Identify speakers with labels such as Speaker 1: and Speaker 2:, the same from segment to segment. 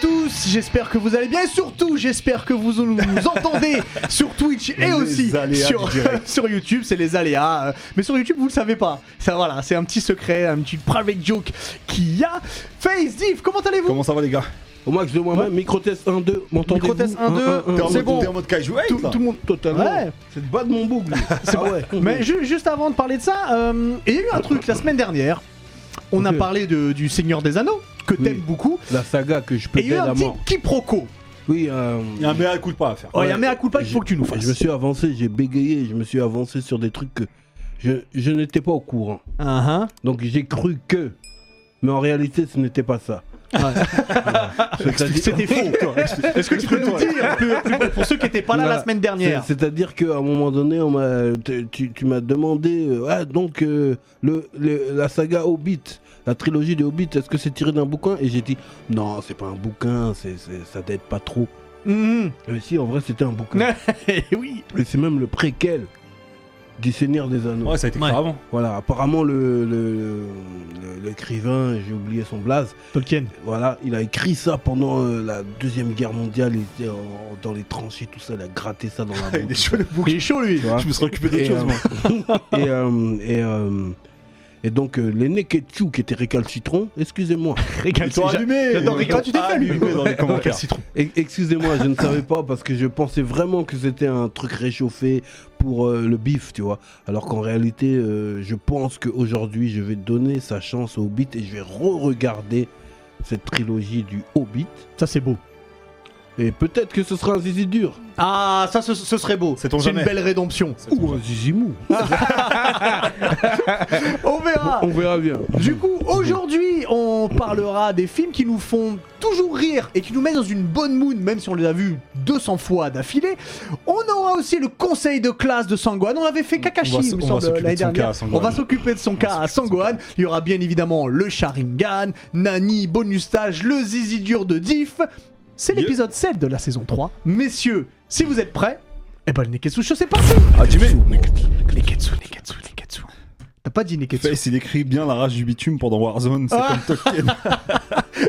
Speaker 1: tous, j'espère que vous allez bien et surtout j'espère que vous nous entendez sur Twitch et
Speaker 2: Les
Speaker 1: aussi
Speaker 2: aléas
Speaker 1: sur,
Speaker 2: du direct.
Speaker 1: sur YouTube, c'est les aléas. euh, Mais sur YouTube vous le savez pas. Ça voilà, c'est un petit secret, un petit private joke qu'il y a. Face Div, comment allez-vous
Speaker 2: Comment ça va les gars
Speaker 3: Au max de moi-même, micro test 1, 2, m'entendez-vous
Speaker 1: Micro-test 1, 2,
Speaker 2: T'es en
Speaker 1: C'est
Speaker 2: mode-
Speaker 1: bon.
Speaker 2: T'es en mode casual
Speaker 1: tout,
Speaker 2: là
Speaker 1: tout le monde.
Speaker 3: Totalement.
Speaker 1: Ouais.
Speaker 3: C'est de bas de mon bouc, lui. Ah ouais.
Speaker 1: Mais ju- juste avant de parler de ça, euh, il y a eu un truc la semaine dernière. On a
Speaker 3: Ok.
Speaker 1: parlé de- du Seigneur des Anneaux que
Speaker 3: Oui.
Speaker 1: t'aimes beaucoup.
Speaker 3: La saga que je
Speaker 1: Et il y
Speaker 3: pétais
Speaker 1: a eu
Speaker 3: à
Speaker 1: un petit
Speaker 3: mort.
Speaker 1: quiproquo.
Speaker 3: Oui, euh,
Speaker 2: Il y a un mea culpa à faire.
Speaker 1: Oh, Il y a un
Speaker 3: Ouais.
Speaker 1: mea culpa qu'il
Speaker 3: Je-
Speaker 1: faut que tu nous fasses.
Speaker 3: je me suis avancé, j'ai bégayé, je me suis avancé sur des trucs que je, je n'étais pas au courant.
Speaker 1: Ah,
Speaker 3: Donc j'ai cru que. Mais en réalité, ce n'était pas ça.
Speaker 1: ah.
Speaker 3: C'est-à-dire-
Speaker 1: C'était faux. Est-ce que tu peux nous dire, plus- plus- pour ceux qui n'étaient pas là
Speaker 3: Voilà.
Speaker 1: la semaine dernière
Speaker 3: C'est- C'est-à-dire qu'à un moment donné, on m'a- tu, tu- tu m'as demandé, euh, ah donc euh, le, le- la saga Hobbit, la trilogie des Hobbits, est-ce que c'est tiré d'un bouquin Et j'ai dit, non, c'est pas un bouquin, c'est c'est- ça date pas trop.
Speaker 1: Mhm.
Speaker 3: Mais si, en vrai, c'était un bouquin.
Speaker 1: Eh Oui.
Speaker 3: Et c'est même le préquel du Seigneur des Anneaux.
Speaker 2: Ouais, ça a été
Speaker 1: Ouais.
Speaker 2: grave hein. avant.
Speaker 3: Voilà, apparemment le- le- le- l'écrivain, j'ai oublié son blaze,
Speaker 1: Tolkien.
Speaker 3: voilà, il a écrit ça pendant euh, la deuxième guerre mondiale, il était en- dans les tranchées, tout ça, il a gratté ça dans la boue,
Speaker 2: Il est
Speaker 3: tout
Speaker 2: chaud le bouc.
Speaker 1: Il est chaud lui.
Speaker 3: ça, tu vois.
Speaker 2: Je me suis occupé d'autre
Speaker 3: Et,
Speaker 2: chose.
Speaker 3: euh,
Speaker 2: moi.
Speaker 3: et, euh, et, euh, et donc euh, l'aîné Ketchou qui était récalcitrant, excusez-moi,
Speaker 1: Regarde,
Speaker 2: Ils t'ont
Speaker 1: c'est-
Speaker 2: allumé
Speaker 1: J'adore,
Speaker 2: Ils t'ont
Speaker 1: Ricard, tu t'es fait lui.
Speaker 2: allumé dans les
Speaker 1: Quel
Speaker 2: commentaires.
Speaker 1: citron.
Speaker 3: e- excusez-moi, je ne savais pas parce que je pensais vraiment que c'était un truc réchauffé pour euh, le bif, tu vois. Alors qu'en réalité, euh, je pense qu'aujourd'hui, je vais donner sa chance au Hobbit et je vais re-regarder cette trilogie du Hobbit.
Speaker 1: Ça c'est beau.
Speaker 3: Et peut-être que ce sera un zizi dur
Speaker 1: Ah, ça ce, ce serait beau.
Speaker 2: Sait-on
Speaker 1: C'est une
Speaker 2: jamais.
Speaker 1: belle rédemption.
Speaker 3: ou un zizi mou.
Speaker 1: On verra.
Speaker 3: On verra bien.
Speaker 1: Du coup, aujourd'hui, on parlera des films qui nous font toujours rire et qui nous mettent dans une bonne mood, même si on les a vus 200 fois d'affilée. On aura aussi le conseil de classe de Sangwan. On avait fait Kakashi,
Speaker 2: On va s-
Speaker 1: il me
Speaker 2: on va
Speaker 1: semble,
Speaker 2: s'occuper
Speaker 1: l'année
Speaker 2: de son cas
Speaker 1: dernière.
Speaker 2: à Sangwan.
Speaker 1: On va s'occuper de son cas à Sangwan. Il y aura bien évidemment le Sharingan, Nani, Bonus Stage, le Zizi dur de Diff. C'est
Speaker 2: Yeah.
Speaker 1: l'épisode 7 de la saison 3. Messieurs, si vous êtes prêts, eh ben le Neketsu Show, c'est parti
Speaker 2: Ah, tu mets
Speaker 1: Neketsu, Neketsu, Neketsu. T'as pas dit Neketsu
Speaker 2: Face, il écrit bien la rage du bitume pendant Warzone. C'est
Speaker 1: Ah.
Speaker 2: comme Tolkien.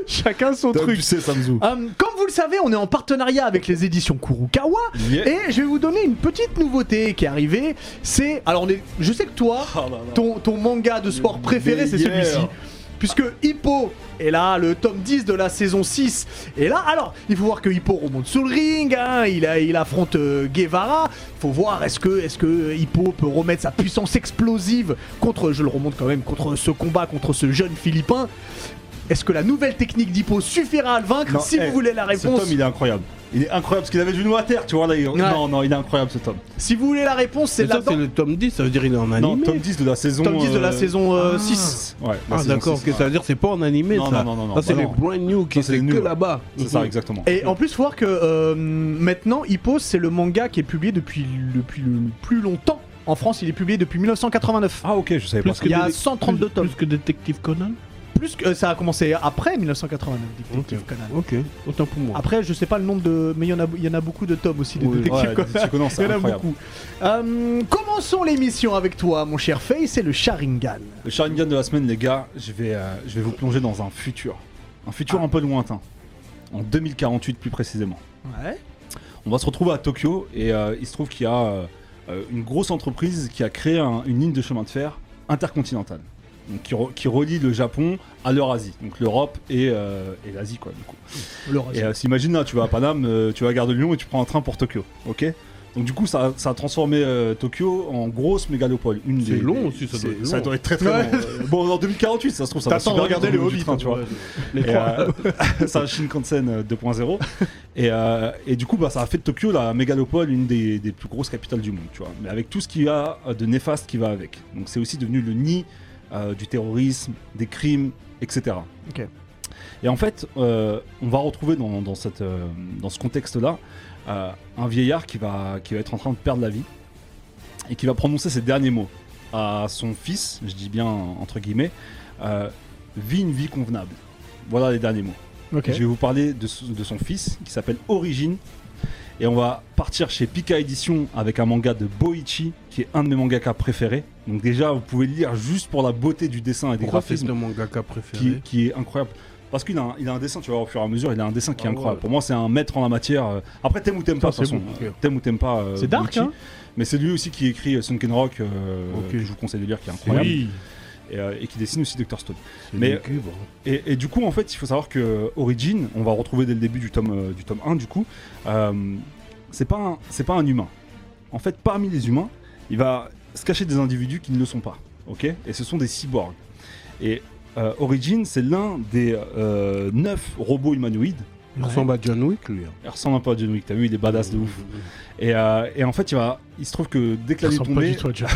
Speaker 1: Chacun son
Speaker 2: Toi,
Speaker 1: truc.
Speaker 2: Tu sais, Samzou.
Speaker 1: Hum, comme vous le savez, on est en partenariat avec les éditions Kurukawa
Speaker 2: Yeah.
Speaker 1: et je vais vous donner une petite nouveauté qui est arrivée. C'est alors on est, je sais que toi,
Speaker 2: Oh là là.
Speaker 1: ton, ton manga de sport préféré c'est
Speaker 2: meilleur.
Speaker 1: celui-ci. Puisque Hippo est là, le tome 10 de la saison 6 est là. Alors, il faut voir que Hippo remonte sous le ring, hein, il, a- il affronte euh, Guevara. faut voir est-ce que, est que Hippo peut remettre sa puissance explosive contre, je le remonte quand même, contre ce combat, contre ce jeune Philippin. Est-ce que la nouvelle technique d'Hippo suffira à le vaincre
Speaker 2: Non,
Speaker 1: Si
Speaker 2: eh,
Speaker 1: vous voulez la réponse,
Speaker 2: Ce tome, il est incroyable. Il est incroyable parce qu'il avait du noix à terre, tu vois. Là, il-
Speaker 1: Ouais.
Speaker 2: Non, non, il est incroyable ce tome.
Speaker 1: si vous voulez la réponse, c'est
Speaker 3: Mais ça,
Speaker 1: là-dedans.
Speaker 3: c'est le tome 10, ça veut dire il est en animé.
Speaker 2: Non, tome 10 de la saison.
Speaker 1: Tome 10 de la
Speaker 2: euh,
Speaker 1: saison euh,
Speaker 2: ah.
Speaker 1: 6.
Speaker 2: Ouais, la
Speaker 3: Ah
Speaker 2: saison
Speaker 3: d'accord,
Speaker 2: 6,
Speaker 3: que ça veut dire c'est pas en animé
Speaker 2: Non,
Speaker 3: ça.
Speaker 2: non, non, non, non,
Speaker 3: ça c'est
Speaker 2: bah
Speaker 3: les
Speaker 2: non.
Speaker 3: brand new qui
Speaker 2: Ça, c'est les
Speaker 3: c'est que
Speaker 2: new, ouais.
Speaker 3: là-bas.
Speaker 2: C'est ça, exactement.
Speaker 1: Et en plus, faut voir que euh, maintenant, Hippo, c'est le manga qui est publié depuis, depuis le plus longtemps. En France, il est publié depuis 1989.
Speaker 2: Ah, ok, je savais
Speaker 3: Plus
Speaker 2: pas. ça.
Speaker 1: Il y a
Speaker 3: des-
Speaker 1: 132 tomes.
Speaker 3: Plus que Détective Conan
Speaker 1: Plus que euh, ça a commencé après 1989, Detective Conan.
Speaker 3: Ok, autant pour
Speaker 2: Ah,
Speaker 3: moi.
Speaker 1: Après, je sais pas le nombre de. Mais il y, en a- il y en a beaucoup de tomes aussi de
Speaker 3: Oui,
Speaker 1: Detective
Speaker 2: Ouais,
Speaker 1: Conan.
Speaker 2: Detective Conan,
Speaker 1: Il
Speaker 2: c'est
Speaker 1: y en a
Speaker 2: incroyable.
Speaker 1: beaucoup. Euh, commençons l'émission avec toi, mon cher Faye, c'est le Sharingan.
Speaker 2: Le Sharingan de la semaine, les gars, je vais, euh, je vais vous plonger dans un futur. Un
Speaker 1: Ah.
Speaker 2: futur un peu lointain. En 2048 plus précisément.
Speaker 1: Ouais.
Speaker 2: On va se retrouver à Tokyo et euh, il se trouve qu'il y a euh, euh, une grosse entreprise qui a créé un- une ligne de chemin de fer intercontinentale. Donc qui, re- qui relie le Japon à l'Eurasie, donc l'Europe et, euh, et l'Asie quoi du coup.
Speaker 1: Le
Speaker 3: Ah,
Speaker 2: Et euh, s'imagine là, tu vas à Paname, euh, tu vas à Gare de Lyon et tu prends un train pour Tokyo, ok Donc du coup, ça, ça a transformé euh, Tokyo en grosse mégalopole. Une
Speaker 3: C'est
Speaker 2: des-
Speaker 3: long
Speaker 2: des-
Speaker 3: aussi, ça
Speaker 2: c'est-
Speaker 3: doit être
Speaker 2: ça
Speaker 3: long.
Speaker 2: doit être très très
Speaker 1: Ouais.
Speaker 2: long. Euh, Bon, en 2048, ça se trouve, ça va
Speaker 1: T'attends
Speaker 2: super
Speaker 1: de regarder
Speaker 2: vite
Speaker 1: les
Speaker 2: au bout du
Speaker 1: Hobbits,
Speaker 2: train,
Speaker 1: hein,
Speaker 2: tu vois.
Speaker 3: Les
Speaker 2: Et,
Speaker 3: trois.
Speaker 2: euh, ça, Shinkansen euh, 2.0. Et, euh, et du coup, bah, ça a fait de Tokyo la mégalopole, une des, des plus grosses capitales du monde, tu vois. Mais avec tout ce qu'il y a euh, de néfaste qui va avec. Donc c'est aussi devenu le nid euh, du terrorisme, des crimes, etc.
Speaker 1: Ok.
Speaker 2: Et en fait, euh, on va retrouver dans, dans cette, euh, dans ce contexte-là euh, un vieillard qui va, qui va être en train de perdre la vie et qui va prononcer ses derniers mots à son fils, je dis bien entre guillemets, euh, vis une vie convenable. Voilà les derniers mots.
Speaker 1: Ok.
Speaker 2: Je vais vous parler de, ce- de son fils qui s'appelle Origine. Et on va partir chez Pika Edition avec un manga de Boichi qui est un de mes mangaka préférés. Donc déjà, vous pouvez le lire juste pour la beauté du dessin et des
Speaker 3: Pourquoi c'est
Speaker 2: graphismes
Speaker 3: ton mangaka
Speaker 2: qui,
Speaker 3: préféré
Speaker 2: qui est incroyable. Parce qu'il a, un- il a un dessin, tu vois, au fur et à mesure, il a un dessin qui est
Speaker 3: Ah ouais.
Speaker 2: incroyable. Pour moi, c'est un maître en la matière. euh. Après, t'aimes ou t'aimes pas, de
Speaker 1: Putain,
Speaker 2: toute
Speaker 1: c'est
Speaker 2: façon.
Speaker 1: bon,
Speaker 2: Euh, T'aimes ou t'aimes pas. euh,
Speaker 1: C'est dark,
Speaker 2: Gucci.
Speaker 1: hein
Speaker 2: Mais c'est lui aussi qui écrit euh, Sunken Rock, euh,
Speaker 3: Ok.
Speaker 2: que je vous conseille de lire, qui est incroyable. Et, euh, et qui dessine aussi Dr. Stone. Mais-
Speaker 3: lugubre.
Speaker 2: Et, et du coup, en fait, il faut savoir que Origin, on va retrouver dès le début du tome, euh, du tome 1, du coup, euh, c'est pas, un- c'est pas un humain. En fait, parmi les humains, il va se cacher des individus qui ne le sont pas. ok et ce sont des cyborgs. Et euh, Origin, c'est l'un des euh, neuf robots humanoïdes.
Speaker 3: Il
Speaker 1: Ouais.
Speaker 3: ressemble à John Wick, lui. hein.
Speaker 2: Il ressemble un peu à John Wick, t'as vu, il est badass de ouf.
Speaker 1: Mmh,
Speaker 2: Et, euh, et en fait, il, va, il se trouve que dès que la nuit
Speaker 1: ressemble pas
Speaker 2: tombée,
Speaker 1: du tout à John.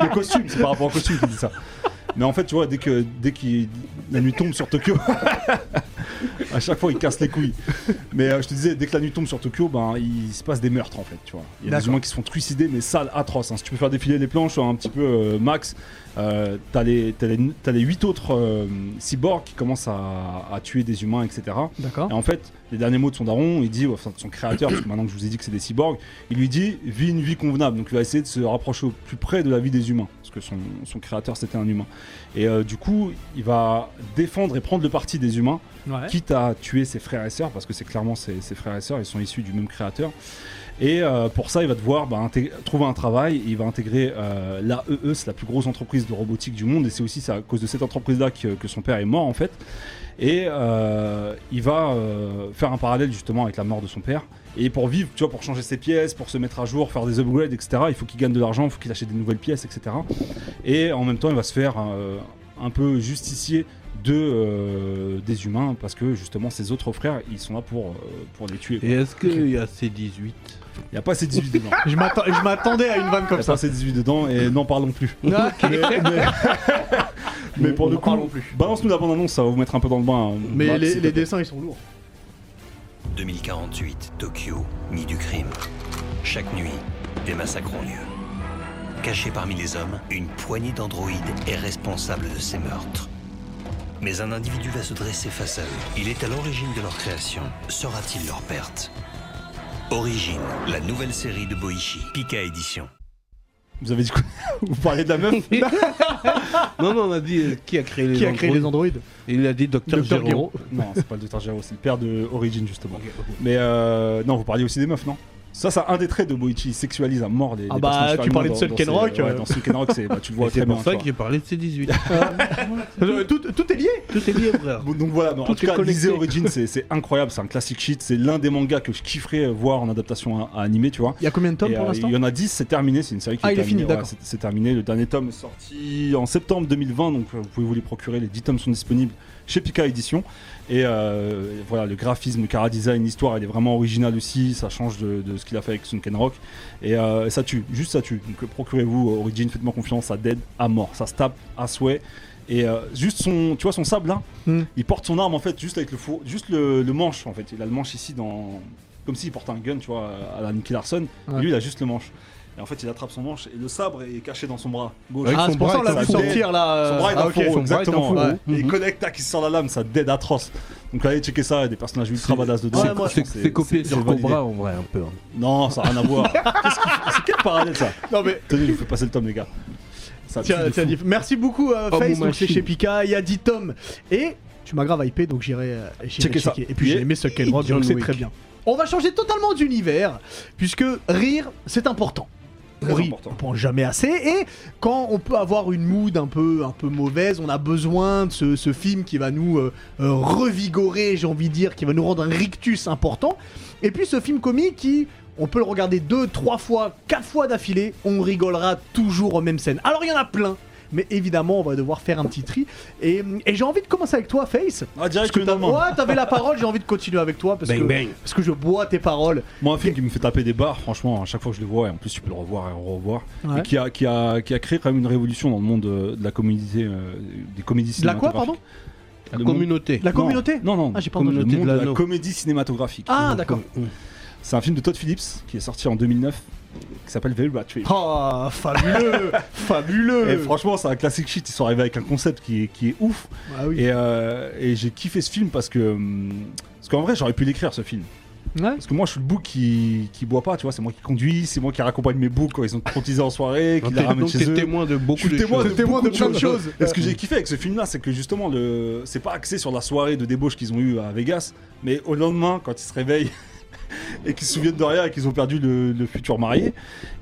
Speaker 2: le costume, c'est par rapport au costume qu'il dit ça. Mais en fait, tu vois, dès que dès qu'il la nuit tombe sur Tokyo, à chaque fois il casse les couilles. Mais euh, je te disais, dès que la nuit tombe sur Tokyo, ben il se passe des meurtres en fait, tu vois. Il y a des
Speaker 1: D'accord.
Speaker 2: humains qui se font trucider, mais sales, atroces. hein. Si tu peux faire défiler les planches un petit peu euh, max, euh, t'as les t'as les t'as les huit autres euh, cyborgs qui commencent à, à tuer des humains, etc.
Speaker 1: D'accord.
Speaker 2: Et en fait, les derniers mots de son daron, il dit, enfin de son créateur, parce que maintenant que je vous ai dit que c'est des cyborgs, il lui dit vis une vie convenable. Donc il va essayer de se rapprocher au plus près de la vie des humains, parce que son, son créateur c'était un humain. Et euh, du coup, il va défendre et prendre le parti des humains,
Speaker 1: Ouais.
Speaker 2: quitte à tuer ses frères et sœurs, parce que c'est clairement ses, ses frères et sœurs, ils sont issus du même créateur. Et euh, pour ça, il va devoir bah, intég- trouver un travail. et il va intégrer euh, l'AEE, c'est la plus grosse entreprise de robotique du monde. Et c'est aussi ça, à cause de cette entreprise-là que, que son père est mort, en fait. Et euh, il va euh, faire un parallèle justement avec la mort de son père. Et pour vivre, tu vois, pour changer ses pièces, pour se mettre à jour, faire des upgrades, etc., il faut qu'il gagne de l'argent, il faut qu'il achète des nouvelles pièces, etc. Et en même temps, il va se faire euh, un peu justicier de, euh, des humains parce que justement, ses autres frères, ils sont là pour, euh, pour les tuer. quoi.
Speaker 3: Et est-ce qu'il y a C18
Speaker 2: Il n'y a pas ces 18 dedans.
Speaker 1: Je m'attends- je m'attendais à une vanne
Speaker 2: Il
Speaker 1: comme
Speaker 2: n'y a
Speaker 1: ça.
Speaker 2: pas ces 18 dedans et n'en parlons plus.
Speaker 1: Ok.
Speaker 2: Mais, mais- mais pour
Speaker 1: N'en
Speaker 2: le coup,
Speaker 1: parlons plus.
Speaker 2: balance-nous la bande-annonce, ça va vous mettre un peu dans le bain. hein,
Speaker 1: Mais
Speaker 2: Max,
Speaker 1: les,
Speaker 2: s'il te
Speaker 1: les
Speaker 2: plaît.
Speaker 1: dessins ils sont lourds.
Speaker 4: 2048, Tokyo, nid du crime. Chaque nuit, des massacres ont lieu. Cachés parmi les hommes, une poignée d'androïdes est responsable de ces meurtres. Mais un individu va se dresser face à eux. Il est à l'origine de leur création. Sera-t-il leur perte Origine, la nouvelle série de Boichi, Pika Édition.
Speaker 2: Vous avez dit quoi Vous parlez de la meuf
Speaker 3: Non, non, on a dit euh, qui a créé les
Speaker 1: Qui a créé les
Speaker 3: androïdes.
Speaker 1: androïdes
Speaker 3: Il a dit Dr.
Speaker 1: Dr.
Speaker 3: Gero.
Speaker 1: Gero.
Speaker 2: Non, c'est pas le Dr. Gero, c'est le père de Origin justement. Mais euh, non, vous parliez aussi des meufs, non ça, c'est un des traits de Boichi, il sexualise à mort les.
Speaker 1: Ah
Speaker 2: les
Speaker 1: bah,
Speaker 2: personnages
Speaker 1: tu
Speaker 2: féminins
Speaker 1: parlais de
Speaker 2: dans-
Speaker 1: Sunken
Speaker 2: dans ses-
Speaker 1: Rock, euh.
Speaker 2: Ouais, dans Sunken Rock, c'est- bah, tu le vois
Speaker 3: Et C'est
Speaker 2: très bien.
Speaker 3: pour ça
Speaker 2: tu
Speaker 3: que j'ai parlé de C18.
Speaker 1: Euh, tout, tout est lié
Speaker 3: Tout est lié, frère.
Speaker 2: Bon, Donc voilà, mais en
Speaker 1: Tout
Speaker 2: tout
Speaker 1: est
Speaker 2: cas,
Speaker 1: connecté.
Speaker 2: lisez Origin, c'est c'est incroyable, c'est un classique shit, c'est l'un des mangas que je kifferais voir en adaptation à, à animé, tu vois.
Speaker 1: Il y a combien de tomes
Speaker 2: Et,
Speaker 1: pour
Speaker 2: euh,
Speaker 1: l'instant
Speaker 2: Il y en a 10, c'est terminé, c'est une série qui
Speaker 1: Ah,
Speaker 2: est
Speaker 1: il est
Speaker 2: terminée,
Speaker 1: fini,
Speaker 2: ouais,
Speaker 1: d'accord.
Speaker 2: c'est- c'est terminé, le dernier tome est sorti en septembre 2020, donc euh, vous pouvez vous les procurer, les 10 tomes sont disponibles chez Pika Édition. Et euh, voilà, le graphisme, le cara design, l'histoire, elle est vraiment originale aussi, ça change de, de ce qu'il a fait avec Sunken Rock. Et euh, ça tue, juste ça tue. Donc euh, procurez-vous euh, Origin, faites-moi confiance, ça dead à mort, ça se tape à souhait. Et euh, juste son, tu vois son sable là,
Speaker 1: Hmm.
Speaker 2: il porte son arme en fait juste avec le four, juste le, le manche en fait. Il a le manche ici dans, comme s'il portait un gun, tu vois, à la Nicky Larson.
Speaker 1: Ouais.
Speaker 2: Et lui il a juste le manche. Et en fait il attrape son manche et le sabre est caché dans son bras gauche.
Speaker 3: Avec
Speaker 1: Ah,
Speaker 3: son
Speaker 1: c'est pour ça
Speaker 3: bras,
Speaker 1: on l'a
Speaker 2: ça
Speaker 1: vu
Speaker 2: fait-
Speaker 1: sortir là.
Speaker 2: Son
Speaker 1: euh, Mhm.
Speaker 2: bras est
Speaker 1: ah,
Speaker 2: un
Speaker 1: ok,
Speaker 2: fourreau,
Speaker 1: son bras est un
Speaker 2: exactement.
Speaker 1: fourreau.
Speaker 2: ouais. Et il connecte, tac, il sort la lame, ça dead atroce. Donc allez checker ça, il y a des personnages ultra
Speaker 3: C'est-
Speaker 2: badass dedans.
Speaker 1: Ouais,
Speaker 2: C'est-
Speaker 1: moi,
Speaker 2: c'est-
Speaker 3: C'est c'est copié
Speaker 2: c'est-
Speaker 3: sur
Speaker 2: c'est validé.
Speaker 3: Cobra en vrai, un peu. hein.
Speaker 2: Non, ça n'a rien à voir. Qu'est-ce qu'il fait C'est quel parallèle ça
Speaker 1: Non mais
Speaker 2: Tenez, je vous fais passer le tome les gars. Ça tue
Speaker 1: Tiens,
Speaker 2: de
Speaker 1: tiens,
Speaker 2: fou.
Speaker 1: Diff. merci beaucoup euh,
Speaker 3: Oh,
Speaker 1: Face,
Speaker 3: mon
Speaker 1: donc c'est
Speaker 3: machine.
Speaker 1: chez Pika, il y a 10 tomes. Et tu m'as grave hypé, donc j'irai euh, j'irai
Speaker 2: Checker ça.
Speaker 1: checker. Et puis j'ai
Speaker 2: Yeah.
Speaker 1: aimé Sucker Rock, donc
Speaker 3: John
Speaker 1: c'est
Speaker 3: Wick.
Speaker 1: très bien. On va changer totalement d'univers, puisque rire, c'est important.
Speaker 2: Très
Speaker 1: On rit,
Speaker 2: important.
Speaker 1: on pense jamais assez. Et quand on peut avoir une mood un peu, un peu mauvaise, on a besoin de ce, ce film qui va nous euh, euh, revigorer, j'ai envie de dire, qui va nous rendre un rictus important. Et puis ce film comique qui, on peut le regarder deux, trois fois, quatre fois d'affilée, on rigolera toujours aux mêmes scènes. Alors il y en a plein, mais évidemment on va devoir faire un petit tri. Et, et j'ai envie de commencer avec toi, Face.
Speaker 2: Ah,
Speaker 1: Parce
Speaker 2: direct,
Speaker 1: que
Speaker 2: une
Speaker 1: t'as-
Speaker 2: allemande.
Speaker 1: ouais, t'avais la parole, j'ai envie de continuer avec toi parce,
Speaker 3: Bang,
Speaker 1: que,
Speaker 3: bang.
Speaker 1: parce que je bois tes paroles.
Speaker 2: Moi, un film qui me fait taper des barres, franchement, à chaque fois que je le vois, et en plus tu peux le revoir et le revoir,
Speaker 1: Ouais.
Speaker 2: et qui a, qui, a, qui a créé quand même une révolution dans le monde euh, de la comédie, euh, des comédies
Speaker 1: De la quoi, pardon
Speaker 2: cinématographiques.
Speaker 3: La
Speaker 2: Le monde-
Speaker 3: communauté.
Speaker 1: La communauté
Speaker 2: Non, non,
Speaker 1: Ah, j'ai pas
Speaker 2: le
Speaker 1: entendu.
Speaker 2: monde
Speaker 3: Communauté de
Speaker 2: de la
Speaker 3: l'anneau.
Speaker 2: comédie cinématographique.
Speaker 1: Ah, d'accord.
Speaker 2: C'est un film de Todd Phillips qui est sorti en 2009 qui s'appelle Very Bad Trip.
Speaker 1: Oh, fabuleux Fabuleux
Speaker 2: Et franchement, c'est un classique shit. Ils sont arrivés avec un concept qui est, qui est ouf.
Speaker 1: Ah oui.
Speaker 2: Et, euh, et j'ai kiffé ce film parce que. hum, Parce qu'en vrai, j'aurais pu l'écrire ce film.
Speaker 1: Ouais.
Speaker 2: Parce que moi, je suis le bouc qui, qui boit pas, tu vois. C'est moi qui conduis, c'est moi qui raccompagne mes boucs quand ils sont traumatisés en soirée, qui les ramène
Speaker 3: Donc
Speaker 2: chez
Speaker 3: t'es
Speaker 2: eux.
Speaker 3: témoin de
Speaker 2: Je
Speaker 3: beaucoup
Speaker 2: suis
Speaker 3: de
Speaker 2: témoin
Speaker 3: choses.
Speaker 2: de, témoin de
Speaker 1: Beaucoup de
Speaker 2: plein de
Speaker 1: choses.
Speaker 2: choses. Et ce que j'ai kiffé avec ce film-là, c'est que justement, le... c'est pas axé sur la soirée de débauche qu'ils ont eue à Vegas, mais au lendemain, quand ils se réveillent et qu'ils se souviennent de rien et qu'ils ont perdu le, le futur marié.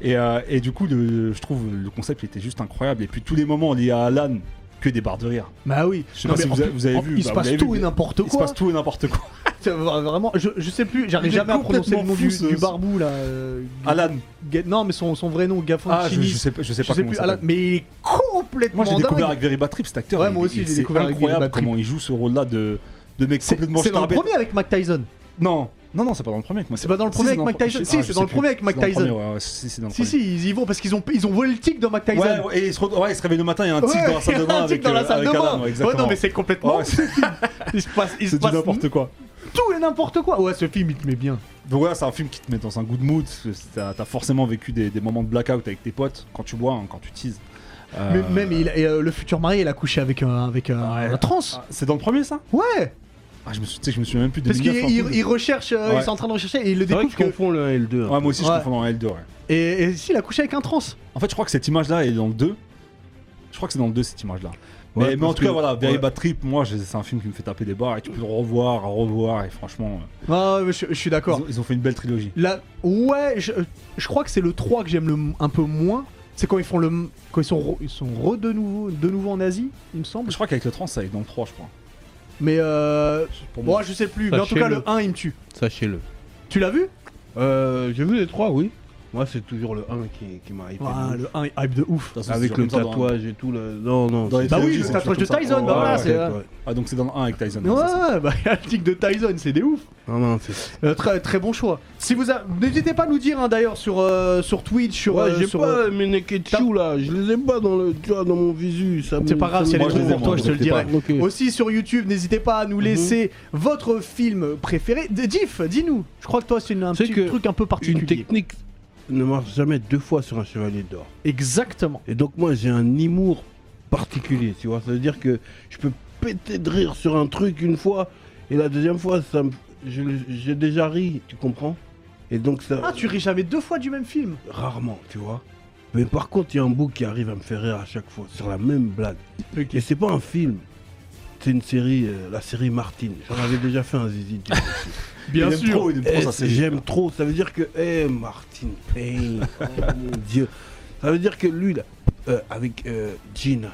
Speaker 2: Et, euh, et du coup, le- je trouve le concept il était juste incroyable. Et puis tous les moments liés à Alan, que des barres de rire.
Speaker 1: Bah oui.
Speaker 2: Je sais
Speaker 1: Non,
Speaker 2: pas
Speaker 1: mais
Speaker 2: si
Speaker 1: en
Speaker 2: vous, a-
Speaker 1: plus-
Speaker 2: vous avez
Speaker 1: en-
Speaker 2: vu.
Speaker 1: Il se
Speaker 2: bah, vous
Speaker 1: passe
Speaker 2: avez
Speaker 1: tout
Speaker 2: vu
Speaker 1: et
Speaker 2: des-
Speaker 1: n'importe
Speaker 2: Il se
Speaker 1: quoi.
Speaker 2: passe tout et n'importe quoi.
Speaker 1: Ça va Vraiment, je, je sais plus, j'arrive
Speaker 2: Il est
Speaker 1: jamais à prononcer le nom du,
Speaker 2: complètement fou,
Speaker 1: du
Speaker 2: ce-
Speaker 1: barbou là. euh,
Speaker 2: Alan.
Speaker 1: Ga- non, mais son, son vrai nom,
Speaker 2: Ah, je,
Speaker 1: Gaffoncini.
Speaker 2: je sais pas, je sais
Speaker 1: je
Speaker 2: pas
Speaker 1: sais
Speaker 2: comment
Speaker 1: plus,
Speaker 2: il
Speaker 1: Alan,
Speaker 2: s'appelle.
Speaker 1: mais il est complètement
Speaker 2: Moi, j'ai découvert
Speaker 1: dingue.
Speaker 2: avec Very Bad Trip cet acteur.
Speaker 1: Ouais,
Speaker 2: il-
Speaker 1: moi aussi,
Speaker 2: il-
Speaker 1: j'ai
Speaker 2: c'est
Speaker 1: découvert avec Very
Speaker 2: incroyable
Speaker 1: Bad Trip.
Speaker 2: comment il joue ce rôle-là de, de mec
Speaker 1: C'est
Speaker 2: complètement
Speaker 1: c'est dans le
Speaker 2: starbé.
Speaker 1: premier avec Mike Tyson.
Speaker 2: Non, non, non, c'est pas dans le premier. avec Mike
Speaker 1: C'est pas dans le
Speaker 2: Tyson.
Speaker 1: premier
Speaker 2: Si,
Speaker 1: avec Mike
Speaker 2: pro-
Speaker 1: Tyson.
Speaker 2: je-
Speaker 1: Si,
Speaker 2: ah,
Speaker 1: c'est
Speaker 2: je
Speaker 1: dans
Speaker 2: sais
Speaker 1: le
Speaker 2: plus.
Speaker 1: premier avec Mike
Speaker 2: C'est dans le
Speaker 1: Tyson.
Speaker 2: premier, ouais, ouais, si, c'est dans le
Speaker 1: Si,
Speaker 2: premier.
Speaker 1: si, ils y vont parce qu'ils ont, ils ont volé le tic de Mike Tyson.
Speaker 2: Ouais, ouais, et il se retrouve- ouais, il se réveille le matin, il y a un tic dans la salle de
Speaker 1: un
Speaker 2: bain
Speaker 1: tic
Speaker 2: avec,
Speaker 1: dans
Speaker 2: euh,
Speaker 1: la salle
Speaker 2: avec
Speaker 1: de
Speaker 2: Alan,
Speaker 1: bain.
Speaker 2: ouais,
Speaker 1: ouais, non,
Speaker 2: exactement.
Speaker 1: mais c'est complètement.
Speaker 2: Ouais,
Speaker 1: il se passe, il se
Speaker 2: C'est du
Speaker 1: passe
Speaker 2: n'importe quoi.
Speaker 1: tout et n'importe quoi. Ouais, ce film, il te met bien.
Speaker 2: Donc voilà, c'est un film qui te met dans un good mood. parce que T'as t'as forcément vécu des, des moments de blackout avec tes potes quand tu bois, hein, quand tu teases. Euh,
Speaker 1: Mais même il, et, euh, le futur marié, il a couché avec un, avec un,
Speaker 2: Ouais.
Speaker 1: un trans.
Speaker 2: ah, C'est dans le premier ça
Speaker 1: Ouais,
Speaker 2: Ah, je me suis, tu sais, je me souviens même plus de
Speaker 1: parce qu'il
Speaker 2: 2009, un peu
Speaker 1: il-
Speaker 2: de-
Speaker 1: il recherche, euh,
Speaker 2: Ouais.
Speaker 1: ils sont en train de rechercher et il le
Speaker 3: C'est vrai que
Speaker 1: découvre
Speaker 3: je
Speaker 1: que.
Speaker 3: confonds le 1 et le hein. 2.
Speaker 2: Ouais, moi aussi,
Speaker 1: Ouais.
Speaker 2: je confonds dans L2. ouais.
Speaker 1: Et, et si, il a couché avec un trans.
Speaker 2: En fait, je crois que cette image-là est dans le 2. Je crois que c'est dans le 2 cette image-là.
Speaker 3: Ouais,
Speaker 2: mais, mais en
Speaker 3: parce
Speaker 2: tout cas,
Speaker 3: que-
Speaker 2: voilà, Very
Speaker 3: ouais.
Speaker 2: Bad Trip, moi, je- c'est un film qui me fait taper des barres et tu peux le revoir, revoir, et franchement, euh,
Speaker 1: Ah, ouais, mais je, je suis
Speaker 2: ils
Speaker 1: d'accord.
Speaker 2: ont, ils ont fait une belle trilogie.
Speaker 1: Là, ouais, je, je crois que c'est le 3 que j'aime le m- un peu moins. C'est quand ils font le quand ils sont re- ils sont re de nouveau de nouveau en Asie, il me semble.
Speaker 2: Je crois qu'avec le trans, ça est dans le 3, je crois.
Speaker 1: Mais euh,
Speaker 2: Pour
Speaker 1: moi
Speaker 2: moi,
Speaker 1: je sais plus. Mais en tout cas le 1 il me tue.
Speaker 3: Sachez-le.
Speaker 1: Tu l'as vu
Speaker 3: Euh, J'ai vu les trois, oui. Moi, c'est toujours le 1 qui, qui m'a hypé.
Speaker 1: Ouais, Le 1 il hype de ouf.
Speaker 2: de toute façon, c'est
Speaker 3: Avec
Speaker 2: toujours
Speaker 3: le
Speaker 2: comme ça dans-
Speaker 3: tatouage et tout. Le... Non, non.
Speaker 2: Dans les
Speaker 3: c'est-
Speaker 1: hein. Bah oui,
Speaker 2: trilogies,
Speaker 1: le
Speaker 2: c'est
Speaker 1: tatouage de
Speaker 2: toujours comme ça.
Speaker 1: Tyson, bah
Speaker 2: Ouais,
Speaker 1: voilà,
Speaker 2: ouais,
Speaker 1: c'est.
Speaker 3: ouais.
Speaker 2: Ah, donc c'est dans le 1 avec Tyson.
Speaker 1: Ouais,
Speaker 2: c'est ça.
Speaker 1: ouais, bah, il y a le tic de Tyson, c'est des ouf.
Speaker 3: Non, non, c'est.
Speaker 1: Euh, très, très bon choix. Si vous a- n'hésitez pas à nous dire hein, d'ailleurs sur euh, sur Twitch, sur
Speaker 3: Ouais,
Speaker 1: euh,
Speaker 3: j'ai
Speaker 1: sur,
Speaker 3: pas
Speaker 1: euh,
Speaker 3: mes Neketsu là, je les ai pas dans le, tu vois, dans mon visu. ça
Speaker 1: C'est
Speaker 3: me-
Speaker 1: pas grave,
Speaker 3: ça
Speaker 1: si
Speaker 3: me-
Speaker 1: elle est
Speaker 2: moi, je
Speaker 1: trop
Speaker 2: les
Speaker 1: pour
Speaker 2: aime,
Speaker 1: toi,
Speaker 2: hein,
Speaker 1: je te le dirai.
Speaker 2: t'inquiète
Speaker 3: pas. Ok. Mhm.
Speaker 1: Aussi sur YouTube, n'hésitez pas à nous laisser votre film préféré. D- Diff, dis-nous. Je crois que toi, c'est une- un
Speaker 3: C'est
Speaker 1: petit
Speaker 3: que
Speaker 1: truc un peu particulier.
Speaker 3: Une technique ne marche jamais deux fois sur un chevalier d'or.
Speaker 1: Exactement.
Speaker 3: Et donc moi j'ai un humour particulier, tu vois. Ça veut dire que je peux péter de rire sur un truc une fois et la deuxième fois ça me- je le- j'ai déjà ri, tu comprends Et donc ça
Speaker 1: Ah, tu ris jamais deux fois du même film.
Speaker 3: rarement, tu vois. Mais par contre, il y a un bout qui arrive à me faire rire à chaque fois sur la même blague.
Speaker 1: Ok.
Speaker 3: Et c'est pas un film. C'est une série, euh, la série Martine. J'en avais déjà fait un zizi. tu vois.
Speaker 2: Il aime trop, il aime trop
Speaker 3: Eh,
Speaker 2: sa série.
Speaker 3: J'aime trop. Ça veut dire que, eh, Martin Payne, oh mon dieu. Ça veut dire que lui, là, euh, avec euh, Gina,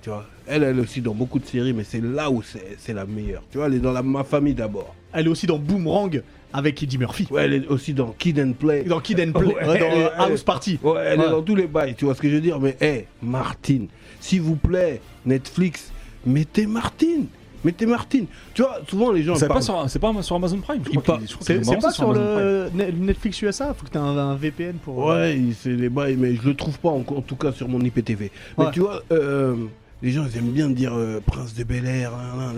Speaker 3: tu vois, elle, elle est aussi dans beaucoup de séries, mais c'est là où c'est c'est la meilleure. Tu vois, elle est dans la, ma famille d'abord.
Speaker 1: Elle est aussi dans Boomerang avec Eddie Murphy.
Speaker 3: Ouais, elle est aussi dans Kid and Play.
Speaker 1: Et Dans Kid and Play,
Speaker 3: Ouais,
Speaker 1: euh, dans
Speaker 3: elle est-
Speaker 1: euh,
Speaker 3: elle est-
Speaker 1: House Party.
Speaker 3: Ouais, elle
Speaker 1: Ouais.
Speaker 3: est dans tous les bails, tu vois ce que je veux dire. Mais, eh, Martine, s'il vous plaît, Netflix, mettez Martine. Mettez Martine. Tu vois, souvent les gens.
Speaker 2: C'est
Speaker 3: parlent-
Speaker 2: pas, sur- c'est pas sur Amazon Prime, je
Speaker 3: Il
Speaker 2: crois.
Speaker 3: part-
Speaker 2: qu'il- je crois
Speaker 1: C'est
Speaker 2: qu'il
Speaker 1: c'est
Speaker 2: est
Speaker 1: pas
Speaker 2: lancé
Speaker 1: sur
Speaker 2: Amazon Prime.
Speaker 1: le Ne- Netflix USA, faut que t'aies un, un VPN pour.
Speaker 3: Ouais, il- c'est les bails, mais je le trouve pas en, en tout cas sur mon IPTV. Mais
Speaker 1: Ouais.
Speaker 3: tu vois, euh, les gens ils aiment bien dire euh, Prince de Bel Air, hein,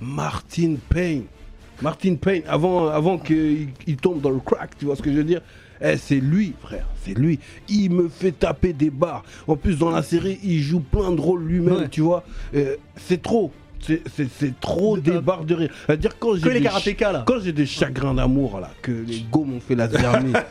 Speaker 3: Martin Payne. Martin Payne, avant, avant qu'il il tombe dans le crack, tu vois ce que je veux dire Eh, c'est lui, frère, c'est lui. Il me fait taper des barres. En plus, dans la série, il joue plein de rôles lui-même,
Speaker 1: Ouais.
Speaker 3: tu vois. Euh, c'est trop. C'est- C'est c'est trop
Speaker 1: De-
Speaker 3: des barres de rire. C'est-à-dire quand
Speaker 1: Que
Speaker 3: j'ai
Speaker 1: les
Speaker 3: des-
Speaker 1: karatékas là.
Speaker 3: quand j'ai des chagrins d'amour là, que les gommes m'ont fait la dernière,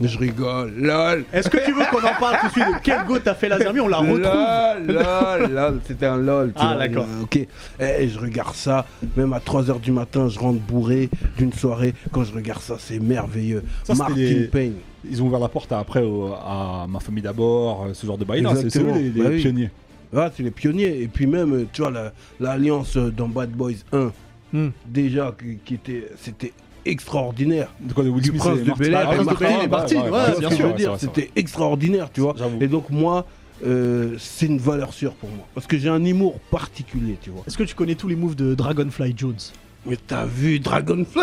Speaker 3: je rigole, lol.
Speaker 1: Est-ce que tu veux qu'on en parle tout de suite de quel go t'as fait la dernière On la retrouve.
Speaker 3: Lol, lol, lol, c'était un lol. tu
Speaker 1: Ah,
Speaker 3: vois.
Speaker 1: d'accord.
Speaker 3: Euh, Ok. Eh, je regarde ça, même à 3h du matin, je rentre bourré d'une soirée. Quand je regarde ça, c'est merveilleux.
Speaker 2: Ça, c'était
Speaker 3: Martin
Speaker 2: les-
Speaker 3: Payne.
Speaker 2: Ils ont ouvert la porte à- après au- à Ma famille d'abord, euh, ce genre de bail. là, C'est c'est eux
Speaker 3: Exactement.
Speaker 2: les
Speaker 3: Bah
Speaker 2: les
Speaker 3: oui.
Speaker 2: pionniers.
Speaker 3: Ah, c'est les pionniers. Et puis même, euh, tu vois, la- l'alliance euh, dans Bad Boys 1,
Speaker 1: Hmm.
Speaker 3: déjà, qui, qui était, c'était extraordinaire.
Speaker 2: De quoi de Will
Speaker 3: Du
Speaker 2: Smith
Speaker 3: prince
Speaker 2: et
Speaker 3: de
Speaker 2: Martin.
Speaker 3: Bel-Air,
Speaker 2: Ah,
Speaker 3: Prince de
Speaker 2: Martin,
Speaker 1: Bel-Air et Martin, ouais,
Speaker 2: ouais,
Speaker 3: Tu vois
Speaker 1: bien
Speaker 3: ce que
Speaker 1: sûr.
Speaker 3: je
Speaker 2: ouais, c'est
Speaker 3: veux dire,
Speaker 2: vrai, c'est vrai.
Speaker 3: c'était extraordinaire, tu vois.
Speaker 2: J'avoue.
Speaker 3: Et donc moi, euh, c'est une valeur sûre pour moi, parce que j'ai un humour particulier, tu vois.
Speaker 1: Est-ce que tu connais tous les moves de Dragonfly Jones
Speaker 3: Mais t'as vu Dragonfly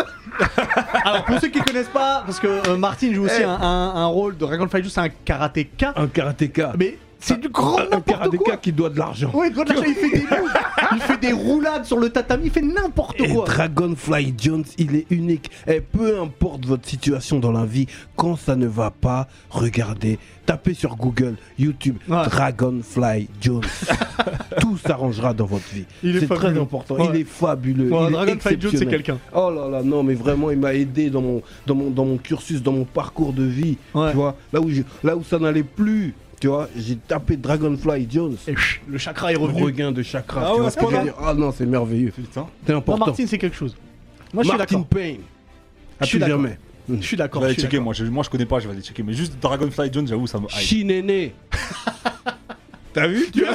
Speaker 1: Alors pour ceux qui connaissent pas, parce que euh, Martin joue
Speaker 3: Eh.
Speaker 1: aussi un, un- un rôle de Dragonfly Jones, c'est un karatéka,
Speaker 3: Un karatéka.
Speaker 1: mais c'est du grand
Speaker 3: un
Speaker 1: n'importe
Speaker 3: karatéka
Speaker 1: quoi.
Speaker 3: qui doit de l'argent.
Speaker 1: Ouais, il doit de l'argent, il fait des moves. Il fait des roulades sur le tatami, il fait n'importe
Speaker 3: Et
Speaker 1: quoi.
Speaker 3: Dragonfly Jones, il est unique. Et peu importe votre situation dans la vie, quand ça ne va pas, regardez, tapez sur Google, YouTube,
Speaker 1: Ouais.
Speaker 3: Dragonfly Jones. Tout s'arrangera dans votre vie.
Speaker 1: Il est
Speaker 3: C'est
Speaker 1: fabuleux.
Speaker 3: très important.
Speaker 1: Ouais.
Speaker 3: Il est fabuleux.
Speaker 1: Ouais,
Speaker 3: il est
Speaker 1: Dragonfly Jones, c'est
Speaker 3: exceptionnel.
Speaker 1: quelqu'un.
Speaker 3: Oh là là, non, mais vraiment, il m'a aidé dans mon, dans, mon, dans mon cursus, dans mon parcours de vie.
Speaker 1: Ouais.
Speaker 3: Tu vois, là où, je- là où ça n'allait plus, tu vois, j'ai tapé Dragonfly Jones.
Speaker 1: Et chut, le chakra est revenu.
Speaker 3: Regain de chakra.
Speaker 2: Ah
Speaker 3: tu
Speaker 2: ouais,
Speaker 3: vois
Speaker 2: à
Speaker 3: ce
Speaker 2: ce
Speaker 3: que je veux
Speaker 2: point-là
Speaker 3: dire Ah non, c'est merveilleux.
Speaker 2: Putain.
Speaker 3: C'est
Speaker 1: Non,
Speaker 3: important.
Speaker 1: Martin, c'est quelque chose. Moi, je suis
Speaker 3: Martin
Speaker 1: d'accord.
Speaker 3: Payne.
Speaker 1: Je
Speaker 3: À
Speaker 1: suis
Speaker 3: tout
Speaker 1: d'accord.
Speaker 3: jamais. Hmm. Bah,
Speaker 1: Je suis
Speaker 2: Je
Speaker 1: d'accord.
Speaker 2: vais aller
Speaker 1: je suis
Speaker 2: checker, moi je, moi je connais pas, je vais aller checker. Mais juste Dragonfly Jones, j'avoue, ça me hype.
Speaker 3: Shinene. T'as vu tu vois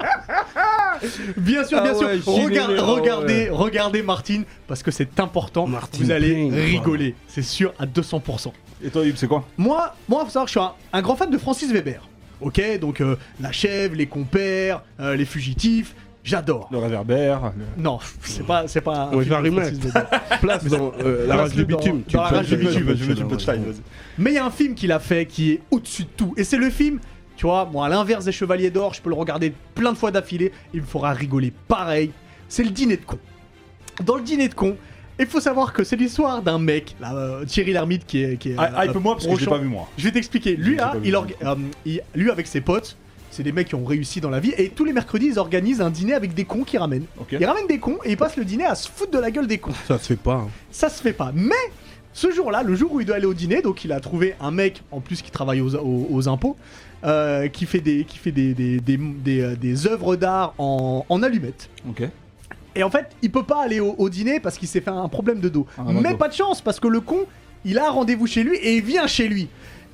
Speaker 1: d'accord. Bien sûr, bien
Speaker 3: Ah
Speaker 1: sûr.
Speaker 3: ouais, Chine,
Speaker 1: Regarde-
Speaker 3: elle est-
Speaker 1: regardez, regardez Martin, parce que c'est important.
Speaker 3: Martin
Speaker 1: Vous allez
Speaker 3: Payne,
Speaker 1: rigoler, c'est sûr, à 200%.
Speaker 2: Et toi, Yves, c'est quoi
Speaker 1: Moi, moi, faut savoir que je suis un, un grand fan de Francis Weber. Ok, donc euh, la chèvre, les compères, euh, les fugitifs, j'adore.
Speaker 2: Le réverbère. le-
Speaker 1: Non, c'est pas, c'est pas. un film
Speaker 3: Ouais, je la
Speaker 1: de
Speaker 3: remets.
Speaker 1: Francis Weber.
Speaker 3: Place dans euh,
Speaker 1: Place-le
Speaker 3: la rage du
Speaker 1: dans-
Speaker 3: bitume.
Speaker 1: dans
Speaker 3: Tu
Speaker 1: la
Speaker 3: peux-
Speaker 1: rage du
Speaker 3: tu peux-
Speaker 1: bitume,
Speaker 3: tu
Speaker 2: je
Speaker 3: peux-
Speaker 2: me- je me
Speaker 3: tu peux-
Speaker 2: punchline, vas-y.
Speaker 1: Mais il y a un film qu'il a fait qui est au-dessus de tout. Et c'est le film, tu vois, moi, à l'inverse des Chevaliers d'Or, je peux le regarder plein de fois d'affilée, il me fera rigoler pareil. C'est le dîner de con. Dans le dîner de con, il faut savoir que c'est l'histoire d'un mec, là, euh, Thierry Lhermitte, qui est. Qui est
Speaker 2: Ah,
Speaker 1: euh,
Speaker 2: Hype-moi parce que je l'ai
Speaker 1: Rochon.
Speaker 2: pas vu moi.
Speaker 1: Je vais t'expliquer.
Speaker 2: Je
Speaker 1: Lui,
Speaker 2: sais
Speaker 1: là,
Speaker 2: pas
Speaker 1: il
Speaker 2: où
Speaker 1: orga- euh, il- lui avec ses potes, c'est des mecs qui ont réussi dans la vie, et tous les mercredis, ils organisent un dîner avec des cons qui ramènent.
Speaker 2: Ok.
Speaker 1: Ils ramènent des cons et ils passent le dîner à se foutre de la gueule des cons
Speaker 3: Ça se fait pas. hein.
Speaker 1: ça se fait pas. Mais ce jour-là, le jour où il doit aller au dîner, donc il a trouvé un mec en plus qui travaille aux, aux- aux impôts, euh, qui fait des, qui fait des, des, des- des, euh, des œuvres d'art en, en allumettes.
Speaker 2: Ok.
Speaker 1: Et en fait, il peut pas aller au, au dîner parce qu'il s'est fait un problème de dos.
Speaker 2: Ah, un
Speaker 1: Mais
Speaker 2: dos.
Speaker 1: pas de chance parce que le con, il a un rendez-vous chez lui et il vient chez lui.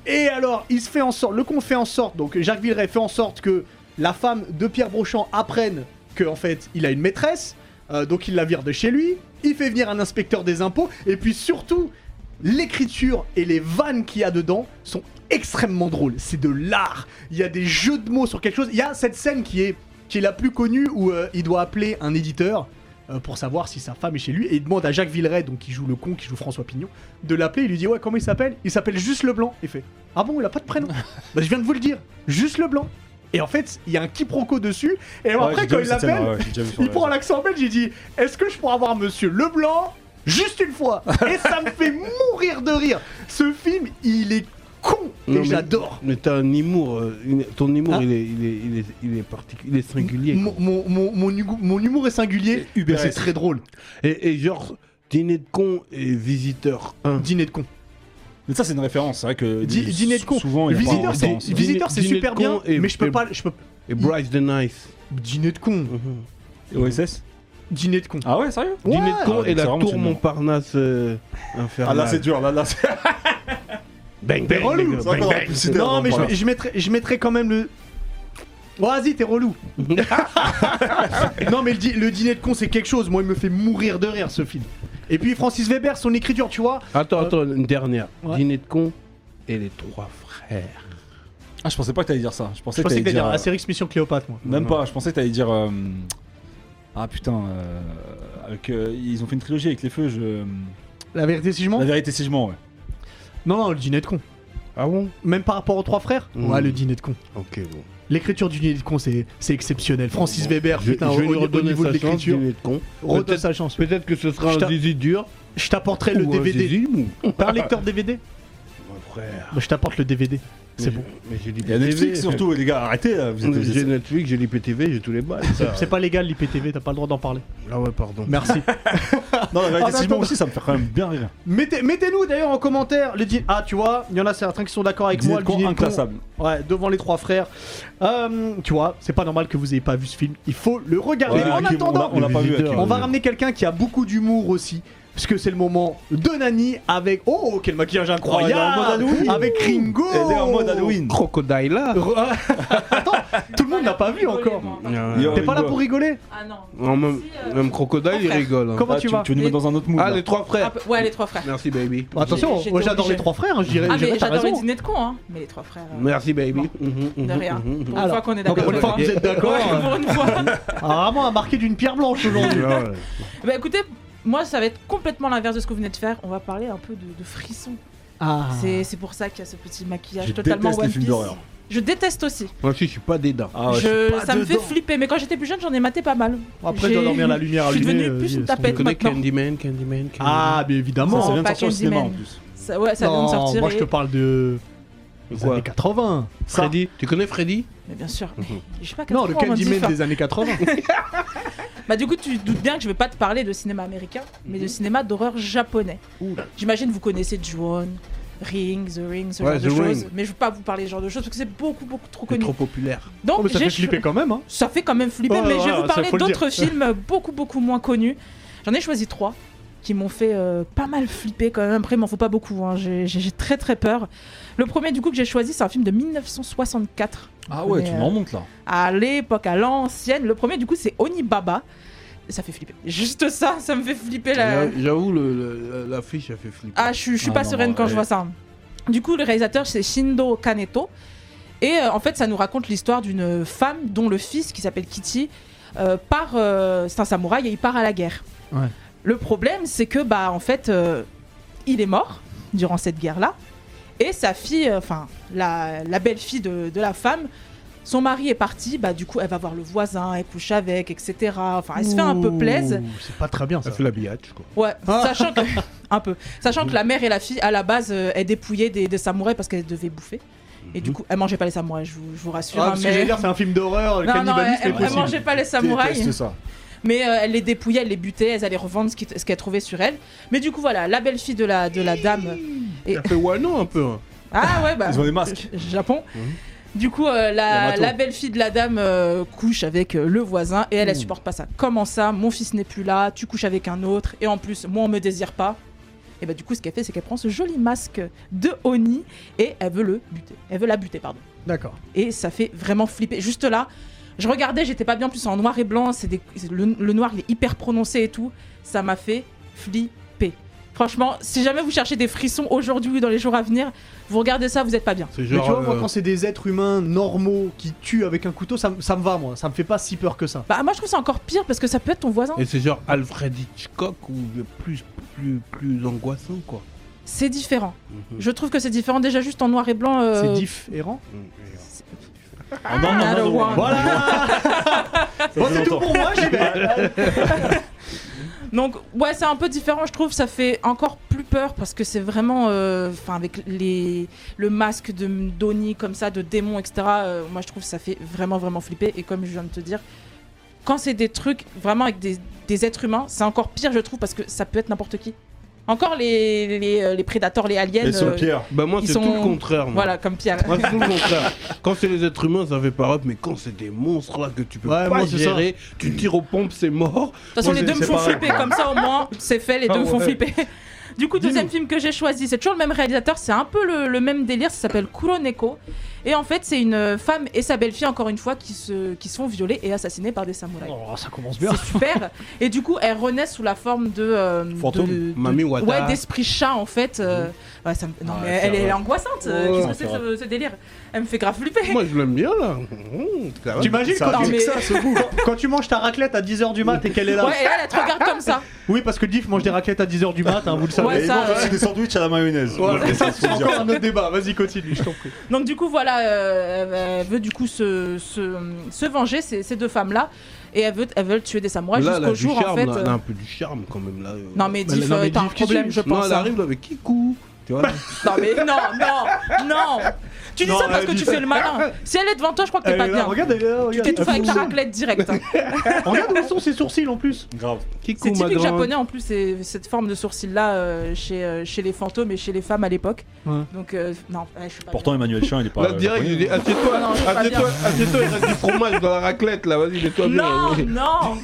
Speaker 1: Et alors, il se fait en sorte, le con fait en sorte, donc Jacques Villeray fait en sorte que la femme de Pierre Brochant apprenne que en fait, il a une maîtresse. euh, donc il la vire de chez lui. Il fait venir un inspecteur des impôts. Et puis surtout, l'écriture et les vannes qu'il y a dedans sont extrêmement drôles. C'est de l'art. Il y a des jeux de mots sur quelque chose. Il y a cette scène qui est, qui est la plus connue où euh, il doit appeler un éditeur euh, pour savoir si sa femme est chez lui et il demande à Jacques Villeray, donc qui joue le con, qui joue François Pignon, de l'appeler. Il lui dit ouais comment il s'appelle Il s'appelle Juste Leblanc. Il fait ah bon il a pas de prénom Bah je viens de vous le dire Juste Leblanc. Et en fait il y a un quiproquo dessus. Et alors
Speaker 2: Ouais,
Speaker 1: après
Speaker 2: j'ai déjà
Speaker 1: quand
Speaker 2: vu
Speaker 1: il
Speaker 2: cette scène,
Speaker 1: l'appelle,
Speaker 2: ouais, ouais, j'ai déjà vu sur
Speaker 1: il
Speaker 2: la-
Speaker 1: prend l'accent belge, il dit Est-ce que je pourrais avoir monsieur Leblanc juste une fois Et ça me fait mourir de rire. Ce film, il est con
Speaker 3: Non,
Speaker 1: et
Speaker 3: mais-
Speaker 1: j'adore.
Speaker 3: Mais t'as un humour. euh, une- Ton humour,
Speaker 1: Hein
Speaker 3: il est, il est, il est, il est particulier, il est singulier.
Speaker 1: Mon,
Speaker 3: quoi.
Speaker 1: mon- mon- mon hugo- mon humour est singulier,
Speaker 2: Et Uber
Speaker 1: mais c'est
Speaker 2: S.
Speaker 1: très drôle.
Speaker 3: Et, et genre, dîner de con et visiteur
Speaker 2: Hein.
Speaker 3: 1.
Speaker 1: Dîner de con.
Speaker 2: Mais ça, c'est une référence. C'est vrai que.
Speaker 1: Di-
Speaker 2: sou-
Speaker 1: dîner de con.
Speaker 2: Souvent, il y a pas
Speaker 1: Visiteur,
Speaker 2: de
Speaker 1: c'est-
Speaker 2: référence.
Speaker 3: Dîner-
Speaker 1: Visiteur, c'est
Speaker 3: dîner de
Speaker 1: super
Speaker 3: con
Speaker 1: bien,
Speaker 3: et-
Speaker 1: mais je peux
Speaker 3: et-
Speaker 1: pas. Je peux...
Speaker 3: Et Bryce the Nice.
Speaker 1: Dîner de con.
Speaker 2: OSS
Speaker 1: Dîner de con.
Speaker 2: Ah ouais, sérieux
Speaker 1: Ouais.
Speaker 3: Dîner de
Speaker 2: Ah
Speaker 3: con
Speaker 2: ouais,
Speaker 3: et la
Speaker 2: c'est vraiment une
Speaker 3: tour
Speaker 2: bonne.
Speaker 3: Montparnasse euh, infernale.
Speaker 2: Ah là, c'est dur. Là, là, c'est.
Speaker 3: Bang,
Speaker 1: T'es
Speaker 3: bang,
Speaker 1: relou.
Speaker 3: les gars,
Speaker 2: C'est encore
Speaker 3: bang,
Speaker 2: plus
Speaker 3: bang.
Speaker 2: sidérant,
Speaker 1: Non, mais je-
Speaker 2: voilà.
Speaker 1: je, mettrai, je mettrai quand même le. Oh, vas-y, t'es relou. non, mais le, di- le dîner de con, c'est quelque chose. Moi, il me fait mourir de rire ce film. Et puis Francis Weber, son écriture, tu vois.
Speaker 3: Attends, attends, une dernière.
Speaker 1: Ouais.
Speaker 3: Dîner de con et les trois frères.
Speaker 2: Ah, je pensais pas que t'allais dire ça. Je pensais
Speaker 1: Je
Speaker 2: que
Speaker 1: pensais que
Speaker 2: t'allais
Speaker 1: t'allais
Speaker 2: dire.
Speaker 1: dire ah,
Speaker 2: euh,
Speaker 1: Astérix Mission Cléopâtre, moi.
Speaker 2: Même pas, je pensais que t'allais dire. euh, Ah putain, euh, avec, euh, ils ont fait une trilogie avec les feux. Je...
Speaker 1: La vérité, si je mens
Speaker 2: La vérité, si je mens, ouais.
Speaker 1: Non, non, le dîner de con.
Speaker 3: Ah bon
Speaker 1: Même par rapport aux trois frères
Speaker 3: Mm.
Speaker 1: Ouais, le dîner de con.
Speaker 3: Ok, bon.
Speaker 1: L'écriture du dîner de con, c'est c'est exceptionnel. Francis
Speaker 3: Bon,
Speaker 1: Weber,
Speaker 3: Je,
Speaker 1: putain,
Speaker 3: je vais
Speaker 1: au,
Speaker 3: lui
Speaker 1: au
Speaker 3: redonner
Speaker 1: niveau de
Speaker 3: sa chance,
Speaker 1: l'écriture,
Speaker 3: dîner de con.
Speaker 1: redonne
Speaker 3: Peut-être-
Speaker 1: sa chance.
Speaker 3: Peut-être que ce sera
Speaker 1: Je t'a-
Speaker 3: un zizi dur.
Speaker 1: Je t'apporterai le
Speaker 3: ou
Speaker 2: euh,
Speaker 3: un
Speaker 1: DVD.
Speaker 3: zizi mou.
Speaker 1: T'as un lecteur DVD
Speaker 3: Mon frère.
Speaker 1: Bah, Je t'apporte le DVD. C'est
Speaker 3: Mais
Speaker 1: bon.
Speaker 3: je- Mais j'ai
Speaker 2: Il y a Netflix
Speaker 3: l'IPTV.
Speaker 2: surtout, les gars, arrêtez là, vous êtes. vous
Speaker 3: J'ai
Speaker 2: êtes-
Speaker 3: Netflix, j'ai l'IPTV, j'ai tous les balles. ça.
Speaker 1: C'est pas légal l'IPTV, t'as pas le droit d'en parler.
Speaker 3: Ah ouais, pardon.
Speaker 1: Merci.
Speaker 2: Non, la vérité,
Speaker 1: Ah,
Speaker 2: si je
Speaker 1: attends.
Speaker 2: mens aussi, ça me fait quand même bien rire.
Speaker 1: Mettez- Mettez-nous d'ailleurs en commentaire le dîner. Ah, tu vois, il y en a certains qui sont d'accord avec
Speaker 2: Dîner
Speaker 1: moi.
Speaker 2: de
Speaker 1: le
Speaker 2: con
Speaker 1: dîner de con.
Speaker 2: inclassable.
Speaker 1: Ouais, devant les trois frères. Euh, tu vois, c'est pas normal que vous ayez pas vu ce film. Il faut le regarder.
Speaker 2: Ouais,
Speaker 1: en
Speaker 2: Hakim, on l'a-
Speaker 1: attendant,
Speaker 2: on l'a pas vu.
Speaker 3: Visiteur.
Speaker 2: Hakim.
Speaker 1: On va ramener quelqu'un qui a beaucoup d'humour aussi. Parce que c'est le moment de Nani avec. Oh, quel maquillage
Speaker 2: Oh, il est en mode
Speaker 1: incroyable!
Speaker 2: Halloween.
Speaker 1: avec Ringo!
Speaker 2: Elle est en mode Halloween.
Speaker 3: Crocodile là
Speaker 1: Re- Attends, tout le monde n'a pas vu
Speaker 5: Rigoler,
Speaker 1: encore!
Speaker 5: moi.
Speaker 2: Yo.
Speaker 1: T'es pas là pour rigoler?
Speaker 5: Ah non.
Speaker 3: Ah Non, même,
Speaker 5: Si, euh,
Speaker 3: même Crocodile, il
Speaker 5: frère.
Speaker 3: rigole. hein.
Speaker 1: Comment
Speaker 2: Ah,
Speaker 1: tu vas?
Speaker 2: Tu veux nous mettre dans un autre mood
Speaker 3: Ah,
Speaker 2: là.
Speaker 3: les trois
Speaker 5: Ah,
Speaker 3: frères
Speaker 5: peu- ouais, les trois frères.
Speaker 3: Merci, baby.
Speaker 1: Bon, attention,
Speaker 5: J'ai-
Speaker 1: moi
Speaker 5: j'étais
Speaker 1: j'adore les
Speaker 5: obligée.
Speaker 1: trois frères, hein, je dirais.
Speaker 5: Ah,
Speaker 1: j'irais,
Speaker 5: mais
Speaker 1: t'as
Speaker 5: j'adore les
Speaker 1: raison.
Speaker 5: dîners de cons, hein. Mais les trois frères. euh,
Speaker 3: Merci, baby.
Speaker 5: Bon,
Speaker 3: Mhm, mhm,
Speaker 5: de rien.
Speaker 3: mhm, mhm.
Speaker 5: Pour
Speaker 1: Alors,
Speaker 5: une fois qu'on est
Speaker 1: donc,
Speaker 5: d'accord.
Speaker 1: pour une fois, vous êtes d'accord. euh.
Speaker 5: Ouais, pour une fois.
Speaker 1: Ah, vraiment, à marquer d'une pierre blanche aujourd'hui.
Speaker 3: Ah ouais.
Speaker 5: bah écoutez, moi ça va être complètement l'inverse de ce que vous venez de faire. On va parler un peu de, de frissons.
Speaker 1: Ah.
Speaker 5: C'est, c'est pour ça qu'il y a ce petit maquillage
Speaker 2: Je
Speaker 5: totalement
Speaker 2: déteste les
Speaker 5: One
Speaker 2: films
Speaker 5: Piece.
Speaker 2: d'horreur.
Speaker 5: Je déteste aussi.
Speaker 3: Moi aussi, je suis pas dédain.
Speaker 2: Ah ouais,
Speaker 5: Je-
Speaker 1: pas
Speaker 5: ça me fait
Speaker 1: dedans.
Speaker 5: flipper, mais quand j'étais plus jeune, j'en ai maté pas mal.
Speaker 1: Après, je dois
Speaker 5: J'ai-
Speaker 1: dormir la lumière
Speaker 5: je suis
Speaker 1: allumée.
Speaker 5: devenu
Speaker 1: euh,
Speaker 5: plus une
Speaker 1: yes.
Speaker 5: tapette.
Speaker 3: Tu connais
Speaker 5: maintenant.
Speaker 3: Candyman, Candyman, Candyman
Speaker 1: Ah, mais évidemment.
Speaker 2: Ça, ça vient de
Speaker 5: pas
Speaker 2: sortir au cinéma en
Speaker 5: Candyman.
Speaker 2: plus.
Speaker 5: Ça- ouais, ça vient de
Speaker 1: Non,
Speaker 5: sortir.
Speaker 1: Moi, je te
Speaker 5: et-
Speaker 1: parle de. les
Speaker 3: Quoi
Speaker 1: années 80. Ça.
Speaker 3: Freddy, tu connais Freddy
Speaker 5: Mais bien sûr. Je sais pas
Speaker 1: Non, le
Speaker 5: quatre ans, on dit
Speaker 1: Candyman
Speaker 5: ça.
Speaker 1: des années 80.
Speaker 5: Bah du coup tu te doutes bien que je vais pas te parler de cinéma américain, mais de cinéma d'horreur japonais. J'imagine vous connaissez Ju-on, Ring, The Ring, ce
Speaker 3: Ouais,
Speaker 5: genre de
Speaker 3: The
Speaker 5: choses.
Speaker 3: Ring.
Speaker 5: Mais je veux pas vous parler de ce genre de choses parce que c'est beaucoup beaucoup trop
Speaker 3: C'est
Speaker 5: connu.
Speaker 3: trop populaire.
Speaker 1: Oh,
Speaker 5: Donc
Speaker 1: mais ça
Speaker 5: j'ai
Speaker 1: fait flipper quand même. Hein.
Speaker 5: ça fait quand même flipper,
Speaker 1: Ouais,
Speaker 5: mais
Speaker 1: ouais,
Speaker 5: je vais
Speaker 1: ouais,
Speaker 5: vous
Speaker 1: ça,
Speaker 5: parler
Speaker 1: faut le
Speaker 5: d'autres
Speaker 1: dire.
Speaker 5: films beaucoup beaucoup moins connus. J'en ai choisi trois qui m'ont fait euh, pas mal flipper quand même. Après, il m'en faut pas beaucoup. hein. J'ai j'ai- j'ai très très peur. Le premier du coup que j'ai choisi, c'est un film de 1964.
Speaker 2: Ah ouais,
Speaker 5: Mais,
Speaker 2: tu
Speaker 5: euh,
Speaker 2: me remontes là.
Speaker 5: à l'époque, à l'ancienne. Le premier, du coup, c'est Onibaba. Ça fait flipper. Juste ça, ça me fait flipper. La...
Speaker 3: J'a- J'avoue, le- le- la- l'affiche, elle fait flipper.
Speaker 5: Ah, je, suis- je suis
Speaker 2: Ah,
Speaker 5: pas
Speaker 2: non,
Speaker 5: sereine quand
Speaker 2: ouais.
Speaker 5: je vois ça. hein. Du coup, le réalisateur, c'est Shindo Kaneto. Et euh, en fait, ça nous raconte l'histoire d'une femme dont le fils, qui s'appelle Kitty, euh, part. euh, c'est un samouraï et il part à la guerre.
Speaker 1: Ouais.
Speaker 5: Le problème, c'est que, bah, en fait, euh, il est mort durant cette guerre-là. Et sa fille, euh, enfin, la, la belle-fille de, de la femme, son mari est parti, bah, du coup, elle va voir le voisin, elle couche avec, etc. Enfin, elle se fait un peu plaise.
Speaker 1: Ouh, C'est pas très bien ça.
Speaker 3: Elle fait la billage, quoi.
Speaker 5: Ouais,
Speaker 1: Ah.
Speaker 5: sachant que un peu, sachant que la mère et la fille à la base euh, elles dépouillaient des, des samouraïs parce qu'elles devaient bouffer. Et du coup, elles mangeaient pas les samouraïs, je vous, je vous rassure.
Speaker 1: Mhm. Ah,
Speaker 5: hein,
Speaker 1: parce que
Speaker 5: mais-
Speaker 1: j'allais dire, c'est un film d'horreur, le
Speaker 5: non, non,
Speaker 1: cannibalisme
Speaker 5: elles,
Speaker 1: est
Speaker 5: elles
Speaker 1: possible.
Speaker 5: mangeaient pas les samouraïs,
Speaker 1: Déteste ça.
Speaker 5: mais euh, elles les dépouillaient, elles les butaient, elles allaient revendre ce qui- ce qu'elles trouvaient sur elles. Mais du coup, voilà, la belle fille de la de la dame.
Speaker 3: Elle fait Wano un peu. hein.
Speaker 5: Ah ouais, bah.
Speaker 2: Ils ont des masques.
Speaker 5: J- Japon. Du coup, euh, la,
Speaker 3: Yamato.
Speaker 5: la belle-fille de la dame euh, couche avec euh, le voisin et elle, elle supporte pas ça. Comment ça Mon fils n'est plus là, tu couches avec un autre et en plus, moi, on me désire pas. Et bah, du coup, ce qu'elle fait, c'est qu'elle prend ce joli masque de Oni et elle veut le buter. Elle veut la buter, pardon.
Speaker 1: D'accord.
Speaker 5: Et ça fait vraiment flipper. Juste là, je regardais, j'étais pas bien, plus en noir et blanc, c'est des- c'est- le, le noir il est hyper prononcé et tout. Ça m'a fait flipper. Franchement, si jamais vous cherchez des frissons aujourd'hui ou dans les jours à venir, vous regardez ça, vous êtes pas bien.
Speaker 3: C'est
Speaker 1: Mais tu vois,
Speaker 3: genre.
Speaker 1: moi,
Speaker 3: euh,
Speaker 1: quand c'est des êtres humains normaux qui tuent avec un couteau, ça, m- ça me va, moi. Ça me fait pas si peur que ça.
Speaker 5: Bah moi je trouve ça encore pire parce que ça peut être ton voisin.
Speaker 3: Et c'est genre Alfred Hitchcock ou plus, plus, plus angoissant, quoi.
Speaker 5: C'est différent. Je trouve que c'est différent déjà juste en noir et blanc. euh,
Speaker 1: C'est diff errant.
Speaker 2: Ah, non, non,
Speaker 5: Ah,
Speaker 2: non,
Speaker 5: le
Speaker 2: non,
Speaker 5: one.
Speaker 1: Voilà Bon, c'est tout pour moi, j'y vais
Speaker 5: Donc ouais c'est un peu différent je trouve. Ça fait encore plus peur parce que c'est vraiment, euh, enfin avec les le masque de Donnie comme ça de démon etc. euh, moi je trouve que ça fait vraiment vraiment flipper et comme je viens de te dire, quand c'est des trucs vraiment avec des, des êtres humains c'est encore pire je trouve parce que ça peut être n'importe qui. Encore les les, euh, les prédateurs les aliens.
Speaker 2: Et sur
Speaker 5: euh,
Speaker 2: Pierre.
Speaker 3: Bah, moi,
Speaker 5: Ils
Speaker 3: c'est
Speaker 5: sont-
Speaker 3: tout le contraire, moi.
Speaker 5: voilà comme Pierre.
Speaker 3: Moi, c'est tout le contraire. Quand c'est les êtres humains, ça fait pas hop, mais quand c'est des monstres là que tu peux
Speaker 1: Ouais,
Speaker 3: pas
Speaker 1: moi, c'est ça.
Speaker 3: gérer, tu tires aux pompes, c'est mort.
Speaker 5: De toute façon,
Speaker 3: Moi,
Speaker 5: les
Speaker 3: c'est-
Speaker 5: deux me
Speaker 3: c'est
Speaker 5: font
Speaker 3: pareil.
Speaker 5: flipper, comme ça au moins, c'est fait, les deux
Speaker 3: Ah
Speaker 5: me font
Speaker 3: ouais.
Speaker 5: flipper. Du coup, deuxième film que j'ai choisi, c'est toujours le même réalisateur, c'est un peu le, le même délire, ça s'appelle Kuroneko. Et en fait, c'est une femme et sa belle-fille, encore une fois, qui se, qui se font violer et assassiner par des samouraïs.
Speaker 1: Oh, ça commence bien
Speaker 5: C'est super! Et du coup, elle renaît sous la forme de. euh,
Speaker 2: Fantôme.
Speaker 5: de- de-
Speaker 3: Mami Wata.
Speaker 5: Ouais, d'esprit chat en fait. euh, ouais, ça me- Non,
Speaker 2: Ouais,
Speaker 5: mais
Speaker 2: c'est
Speaker 5: elle, est
Speaker 2: vrai.
Speaker 5: angoissante!
Speaker 2: Ouais,
Speaker 5: euh, Qu'est-ce que
Speaker 2: c'est
Speaker 5: c'est ce, ce délire? Elle me fait grave flipper!
Speaker 3: Moi, je l'aime bien là. Mmh, ça va.
Speaker 1: T'imagines
Speaker 2: Ça
Speaker 1: quand,
Speaker 5: Non,
Speaker 1: tu-
Speaker 5: mais-
Speaker 1: ça, ce goût. Quand- quand tu manges ta raclette à 10h du mat et qu'elle est là
Speaker 5: Ouais, et elle, elle te regarde comme ça!
Speaker 1: Oui, parce que Diff mange des raclettes à 10h du mat, hein, vous le savez.
Speaker 5: Ouais,
Speaker 2: Et
Speaker 5: ça,
Speaker 2: moi,
Speaker 5: ouais.
Speaker 2: c'est des sandwichs à la mayonnaise.
Speaker 1: Voilà,
Speaker 2: Moi, je
Speaker 1: ça,
Speaker 2: pense
Speaker 1: c'est
Speaker 2: qu'on se dira.
Speaker 1: encore un autre débat. Vas-y, continue, je t'en prie.
Speaker 5: Donc du coup voilà, euh, elle veut du coup se, se, se venger ces, ces deux femmes là et elles veulent, elles veulent tuer des samouraïs
Speaker 3: là, elle a du
Speaker 5: jusqu'au jour
Speaker 3: charme,
Speaker 5: en fait.
Speaker 3: là.
Speaker 5: euh,
Speaker 3: Elle a un peu du charme quand même là. euh.
Speaker 5: Non mais
Speaker 1: Bah,
Speaker 5: Diff,
Speaker 1: non, mais
Speaker 5: euh, t'as un
Speaker 1: Diff, qui
Speaker 5: problème
Speaker 1: tue
Speaker 5: je
Speaker 3: Non,
Speaker 5: pense.
Speaker 3: elle
Speaker 5: hein.
Speaker 3: arrive là avec Kikou. Tu vois,
Speaker 5: Non mais non, non, non. Tu dis
Speaker 1: Non,
Speaker 5: ça parce
Speaker 1: elle
Speaker 5: que
Speaker 1: dit
Speaker 5: tu
Speaker 1: ça.
Speaker 5: fais le malin. Si elle est devant toi, je crois que t'es
Speaker 1: Elle
Speaker 5: pas
Speaker 1: est là,
Speaker 5: bien.
Speaker 1: Euh, Regarde, elle est là,
Speaker 5: tu
Speaker 1: regarde.
Speaker 5: t'étouffes avec ta
Speaker 1: Elle
Speaker 5: raclette direct. hein.
Speaker 1: fout- Regarde où sont ses sourcils en plus.
Speaker 2: Grave.
Speaker 5: C'est
Speaker 3: Kikou, ma
Speaker 5: typique
Speaker 3: grande.
Speaker 5: japonais en plus, c'est cette forme de sourcil là chez, euh, chez les fantômes et chez les femmes à l'époque.
Speaker 1: Ouais.
Speaker 5: Donc euh, non, ouais, je suis pas.
Speaker 2: Pourtant, Emmanuel Chien, il est pas.
Speaker 3: Là,
Speaker 2: euh,
Speaker 3: direct,
Speaker 2: japonais.
Speaker 3: il dit Assieds-toi,
Speaker 5: Non, je suis pas
Speaker 3: assieds-toi,
Speaker 5: bien.
Speaker 3: assieds-toi, il reste du fromage dans la raclette là, vas-y, mets-toi bien.
Speaker 5: Non, non,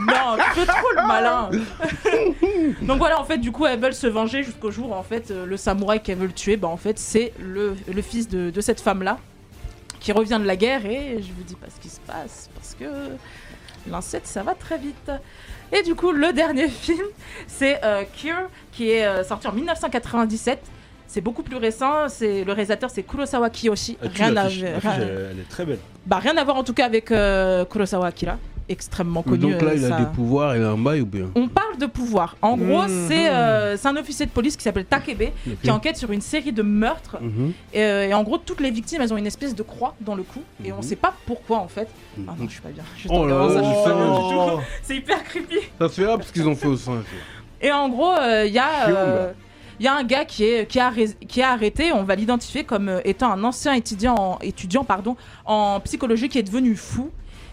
Speaker 5: non, tu fais trop le malin. Donc voilà, en fait, du coup, elles veulent se venger jusqu'au jour où, en fait, euh, le samouraï qu'elles veulent tuer, bah en fait, c'est le, le fils de, de cette femme-là qui revient de la guerre et je vous dis pas ce qui se passe parce que l'inceste, ça va très vite. Et du coup, le dernier film, c'est euh, Cure qui est euh, sorti en 1997. C'est beaucoup plus récent, c'est le réalisateur c'est Kurosawa Kiyoshi.
Speaker 2: Ah, tu
Speaker 5: Rien à,
Speaker 2: l'affiches, l'affiche,
Speaker 5: rien-
Speaker 2: Elle elle est très belle.
Speaker 5: bah, rien à voir en tout cas avec euh, Kurosawa Akira. extrêmement connu.
Speaker 3: Donc là,
Speaker 5: euh,
Speaker 3: il a
Speaker 5: ça-
Speaker 3: des pouvoirs, il a un bail ou bien
Speaker 5: On parle de pouvoir. En gros, c'est euh, c'est un officier de police qui s'appelle Takebe qui enquête sur une série de meurtres.
Speaker 3: Mhm.
Speaker 5: Et, euh, et en gros, toutes les victimes, elles ont une espèce de croix dans le cou. Et on
Speaker 3: Mhm.
Speaker 5: sait pas pourquoi en fait. Ah non, je suis pas bien. Je suis
Speaker 3: Oh là
Speaker 5: tombée
Speaker 3: là,
Speaker 5: enceinte, je suis pas bien
Speaker 3: oh.
Speaker 5: du tout. C'est hyper creepy.
Speaker 3: Ça se fait hop ce qu'ils ont fait au sein.
Speaker 5: Et en gros, euh, il y a.
Speaker 3: Chiant,
Speaker 5: euh, il y a un gars qui est, qui, a, arrêt- qui est arrêté, on va l'identifier comme euh, étant un ancien étudiant, en, étudiant pardon, en psychologie qui est devenu fou.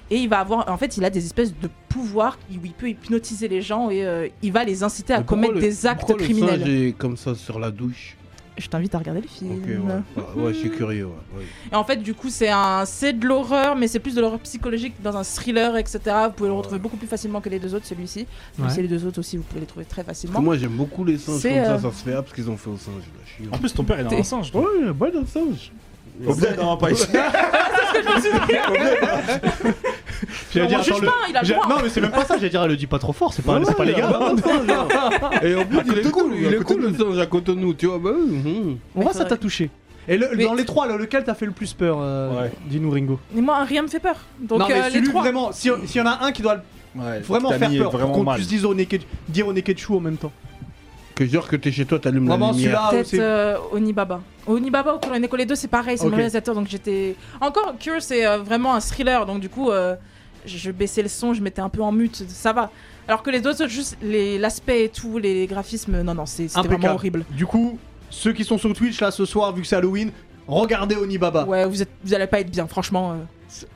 Speaker 5: Et il va avoir. En fait, il a des espèces de pouvoirs où il peut hypnotiser les gens et euh, il va les inciter à
Speaker 3: Mais pourquoi
Speaker 5: commettre
Speaker 3: le-
Speaker 5: des actes
Speaker 3: pourquoi
Speaker 5: criminels.
Speaker 3: Le singe est comme ça sur la douche.
Speaker 5: Je t'invite à regarder le film.
Speaker 3: Ok, ouais. Ouais, ouais, je suis curieux. Ouais. ouais.
Speaker 5: Et en fait, du coup, c'est un, c'est de l'horreur, mais c'est plus de l'horreur psychologique dans un thriller, etc. Vous pouvez le retrouver beaucoup plus facilement que les deux autres, celui-ci. Même
Speaker 1: Ouais.
Speaker 5: si les deux autres aussi, vous pouvez les trouver très facilement.
Speaker 3: Parce que moi, j'aime beaucoup les singes
Speaker 5: C'est,
Speaker 3: comme ça.
Speaker 5: euh,
Speaker 3: Ça se fait hop ce qu'ils ont fait au singe. là, Je suis.
Speaker 2: En plus, ton père, il a
Speaker 5: T'es-
Speaker 2: un singe. toi.
Speaker 3: Ouais, bail dans le singe.
Speaker 2: Objet d'un pas ici.
Speaker 1: J'allais
Speaker 5: on
Speaker 1: dire,
Speaker 5: juge
Speaker 1: attends, le-
Speaker 5: pas, il a le
Speaker 1: j'ai-
Speaker 5: droit.
Speaker 1: Non, mais c'est même pas ça, j'allais dire, elle le dit pas trop fort, c'est pas, c'est pas les
Speaker 3: Ouais,
Speaker 1: gars.
Speaker 3: bail dans le singe, hein. Et en plus, il est cool. Il est cool le singe à côté de nous, tu vois. bah, oui, hum.
Speaker 1: On voit
Speaker 5: c'est
Speaker 1: ça
Speaker 5: vrai.
Speaker 1: t'a touché. Et le-
Speaker 5: Mais-
Speaker 1: dans les trois, là, lequel t'a fait le plus peur euh,
Speaker 2: Ouais.
Speaker 1: Dis-nous, Ringo.
Speaker 5: Mais moi, rien me fait peur. Donc,
Speaker 1: non, mais
Speaker 5: euh, les
Speaker 1: celui,
Speaker 5: trois.
Speaker 1: vraiment, si- s'il y en a un qui doit
Speaker 2: Ouais,
Speaker 1: vraiment
Speaker 2: t'as
Speaker 1: faire
Speaker 2: mis
Speaker 1: peur, pour
Speaker 2: Vraiment
Speaker 1: qu'on
Speaker 2: mal.
Speaker 1: puisse dire on est Ke- dire on est Ketchou en même temps.
Speaker 3: Que genre que t'es chez toi, t'allumes la
Speaker 1: Vraiment,
Speaker 3: lumière.
Speaker 1: celui-là,
Speaker 5: Peut-être
Speaker 1: ah, c'est.
Speaker 5: euh, Onibaba. Onibaba ou Kuroneko, les deux c'est pareil, c'est
Speaker 1: Ok.
Speaker 5: mon réalisateur donc j'étais. Encore, Cure c'est euh, vraiment un thriller donc du coup euh, je, je baissais le son, je mettais un peu en mute, ça va. Alors que les autres, juste les- l'aspect et tout, les graphismes, non, non, c'est- c'était vraiment
Speaker 1: Impeccable.
Speaker 5: horrible.
Speaker 1: Du coup, ceux qui sont sur Twitch là ce soir, vu que c'est Halloween, regardez Onibaba.
Speaker 5: Ouais, vous, êtes, vous allez pas être bien, franchement, euh,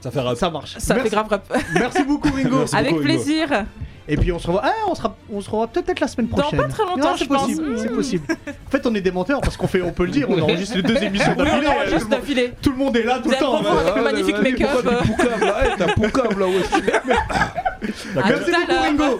Speaker 2: Ça fait rap.
Speaker 1: Ça marche.
Speaker 5: ça
Speaker 1: merci,
Speaker 5: fait grave rap.
Speaker 1: merci beaucoup, Ringo.
Speaker 2: Merci
Speaker 5: Avec
Speaker 2: beaucoup, Hugo.
Speaker 5: plaisir.
Speaker 1: Et puis on se revoit. Ah, on se, rap- on se revoit peut-être la semaine
Speaker 5: Dans
Speaker 1: prochaine.
Speaker 5: pas très longtemps,
Speaker 1: Non, c'est
Speaker 5: je pense.
Speaker 1: possible.
Speaker 5: Mmh.
Speaker 1: C'est possible. En fait, on est des menteurs parce qu'on fait, on peut le dire, on enregistre les deux émissions
Speaker 5: Oui,
Speaker 1: d'affilée.
Speaker 5: on
Speaker 1: euh,
Speaker 5: enregistre
Speaker 1: tout, le monde-
Speaker 5: d'affilée.
Speaker 1: tout le monde est là tout
Speaker 5: Vous
Speaker 1: le
Speaker 5: allez
Speaker 1: temps.
Speaker 5: prendre avec le
Speaker 3: ouais,
Speaker 5: magnifique
Speaker 3: ouais,
Speaker 5: make-up. euh,
Speaker 3: Poucave, là, ouais, t'as Poucave, là, ouais.
Speaker 5: à
Speaker 1: Merci
Speaker 5: tout à
Speaker 1: beaucoup,
Speaker 5: l'heure.
Speaker 1: Ringo.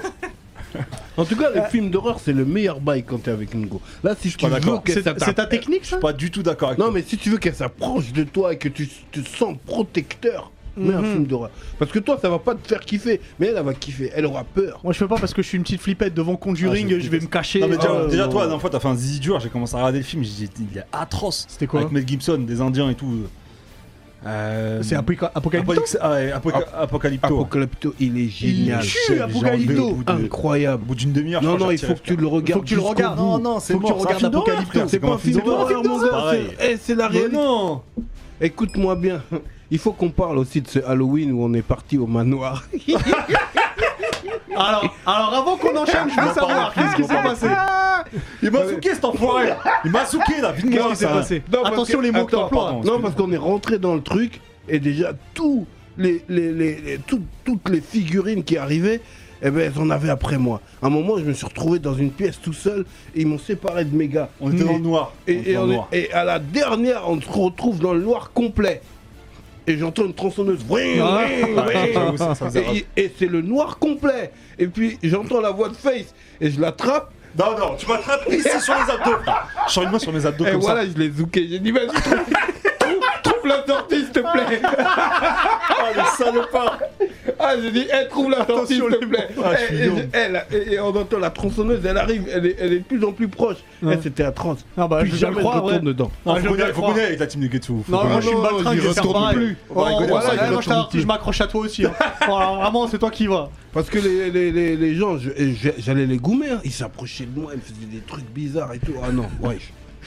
Speaker 3: En tout cas, les films d'horreur, c'est le meilleur bail quand t'es avec Ningo. Là, si je
Speaker 2: Pas d'accord.
Speaker 3: que
Speaker 1: C'est
Speaker 3: ça
Speaker 1: c'est ta technique, ça
Speaker 2: Pas du tout d'accord avec
Speaker 3: Non, mais si tu veux qu'elle s'approche de toi et que tu te sens protecteur, mets un
Speaker 1: Mhm.
Speaker 3: film d'horreur. Parce que toi, ça va pas te faire kiffer, mais elle, elle va kiffer. Elle aura peur.
Speaker 1: Moi je peux pas parce que je suis une petite flippette devant Conjuring,
Speaker 2: Ah, je
Speaker 1: je vais me
Speaker 2: déteste.
Speaker 1: cacher.
Speaker 2: Non, mais déjà,
Speaker 1: Ah,
Speaker 2: déjà,
Speaker 1: non.
Speaker 2: toi, la dernière fois, t'as fait un zizi dur. J'ai commencé à regarder le film. J'ai dit, il est atroce.
Speaker 1: C'était quoi
Speaker 2: Avec Mel Gibson, des Indiens et tout. Euh,
Speaker 1: C'est Apoca- Apocalypto
Speaker 2: Apocalypse- ah ouais, Apoca- Apocalypto. ouais.
Speaker 3: Apocalypto, il est génial.
Speaker 1: tue
Speaker 3: C'est
Speaker 1: Apocalypto.
Speaker 3: genre de- au bout de- Incroyable.
Speaker 2: Au bout d'une demi-heure,
Speaker 3: Non, non, il faut que tu le
Speaker 1: Faut
Speaker 3: regardes.
Speaker 1: que tu le
Speaker 3: jusqu'au
Speaker 1: regardes.
Speaker 3: bout.
Speaker 1: Non, non, c'est
Speaker 2: Faut que tu
Speaker 1: mort.
Speaker 2: regardes
Speaker 1: Regarde Apocalypto.
Speaker 2: frère,
Speaker 3: C'est pas un film d'horreur, mon
Speaker 2: c'est
Speaker 3: gars.
Speaker 2: pareil.
Speaker 3: c'est- Eh, c'est la
Speaker 2: Ah, Mais
Speaker 3: réalité.
Speaker 2: non
Speaker 3: Écoute-moi bien. Il faut qu'on parle aussi de ce Halloween où on est parti au manoir.
Speaker 1: Alors, alors avant qu'on enchaîne, je veux savoir qu'est-ce qui s'est passé. Ah,
Speaker 2: Il m'a souqué cet enfoiré Il m'a souqué là, vite
Speaker 1: Qu'est-ce qui s'est passé
Speaker 3: Non, parce
Speaker 1: Attention
Speaker 3: que-
Speaker 1: les mots que
Speaker 3: attends,
Speaker 1: t'emploies.
Speaker 2: pardon.
Speaker 3: Non, parce qu'on est rentré dans le truc et déjà tous les, les, les- les- tout- toutes les figurines qui arrivaient, eh ben, elles en avaient après moi. À un moment, je me suis retrouvé dans une pièce tout seul et ils m'ont séparé de mes gars.
Speaker 2: On était
Speaker 3: Et-
Speaker 2: dans le noir.
Speaker 3: Et,
Speaker 2: On était
Speaker 3: et
Speaker 2: dans
Speaker 3: on
Speaker 2: le
Speaker 3: est-
Speaker 2: noir.
Speaker 3: et à la dernière, on se retrouve dans le noir complet. Et j'entends une tronçonneuse. Vroom,
Speaker 1: Ah.
Speaker 3: vroom,
Speaker 2: Ouais,
Speaker 3: vroom.
Speaker 2: j'avoue, ça, ça faisait
Speaker 3: Et, et c'est le noir complet. Et puis j'entends la voix de Face et je l'attrape.
Speaker 2: Non, non, tu m'attrapes ici sur les abdos. Je sors une main sur mes abdos
Speaker 3: Et
Speaker 2: comme
Speaker 3: voilà,
Speaker 2: ça.
Speaker 3: je l'ai zooké. J'ai dit, vas-y, trouve, trouve- trouve la sortie, s'il te plaît.
Speaker 2: Ah, le salopard
Speaker 3: Ah, j'ai dit, eh, trouve la sortie, s'il
Speaker 2: Attention,
Speaker 3: te
Speaker 2: les
Speaker 3: plaît.
Speaker 1: Ah,
Speaker 2: bras, je
Speaker 3: Eh,
Speaker 2: suis
Speaker 3: eh,
Speaker 2: long.
Speaker 3: je- eh, là, et, et on entend la tronçonneuse, elle arrive, elle est, elle est de plus en plus proche.
Speaker 1: Ouais.
Speaker 3: Eh, C'était atroce.
Speaker 1: Ah bah,
Speaker 3: Plus
Speaker 1: je vais
Speaker 3: jamais
Speaker 1: le croire,
Speaker 3: je retourne
Speaker 1: ouais.
Speaker 3: dedans.
Speaker 1: Ah,
Speaker 2: Non,
Speaker 1: je veux
Speaker 2: faut
Speaker 1: bien
Speaker 2: connaître-
Speaker 1: le
Speaker 2: faut
Speaker 1: croire.
Speaker 2: connaître avec la team de Getsu.
Speaker 1: Non, moi je suis
Speaker 3: non,
Speaker 1: une
Speaker 3: j'y
Speaker 1: baltringue, je vais faire
Speaker 3: retourne
Speaker 1: pareil.
Speaker 3: plus.
Speaker 1: Oh,
Speaker 3: Bah, écoute,
Speaker 1: voilà,
Speaker 3: ça, j'y
Speaker 1: moi, je
Speaker 3: retourne
Speaker 1: t'arrête,
Speaker 3: plus.
Speaker 1: je m'accroche à toi aussi. hein. Voilà, vraiment, c'est toi qui y vas.
Speaker 3: Parce que les, les, les, les gens, je- et je- j'allais les goumer, hein. ils s'approchaient de moi, ils me faisaient des trucs bizarres et tout. Ah non, ouais.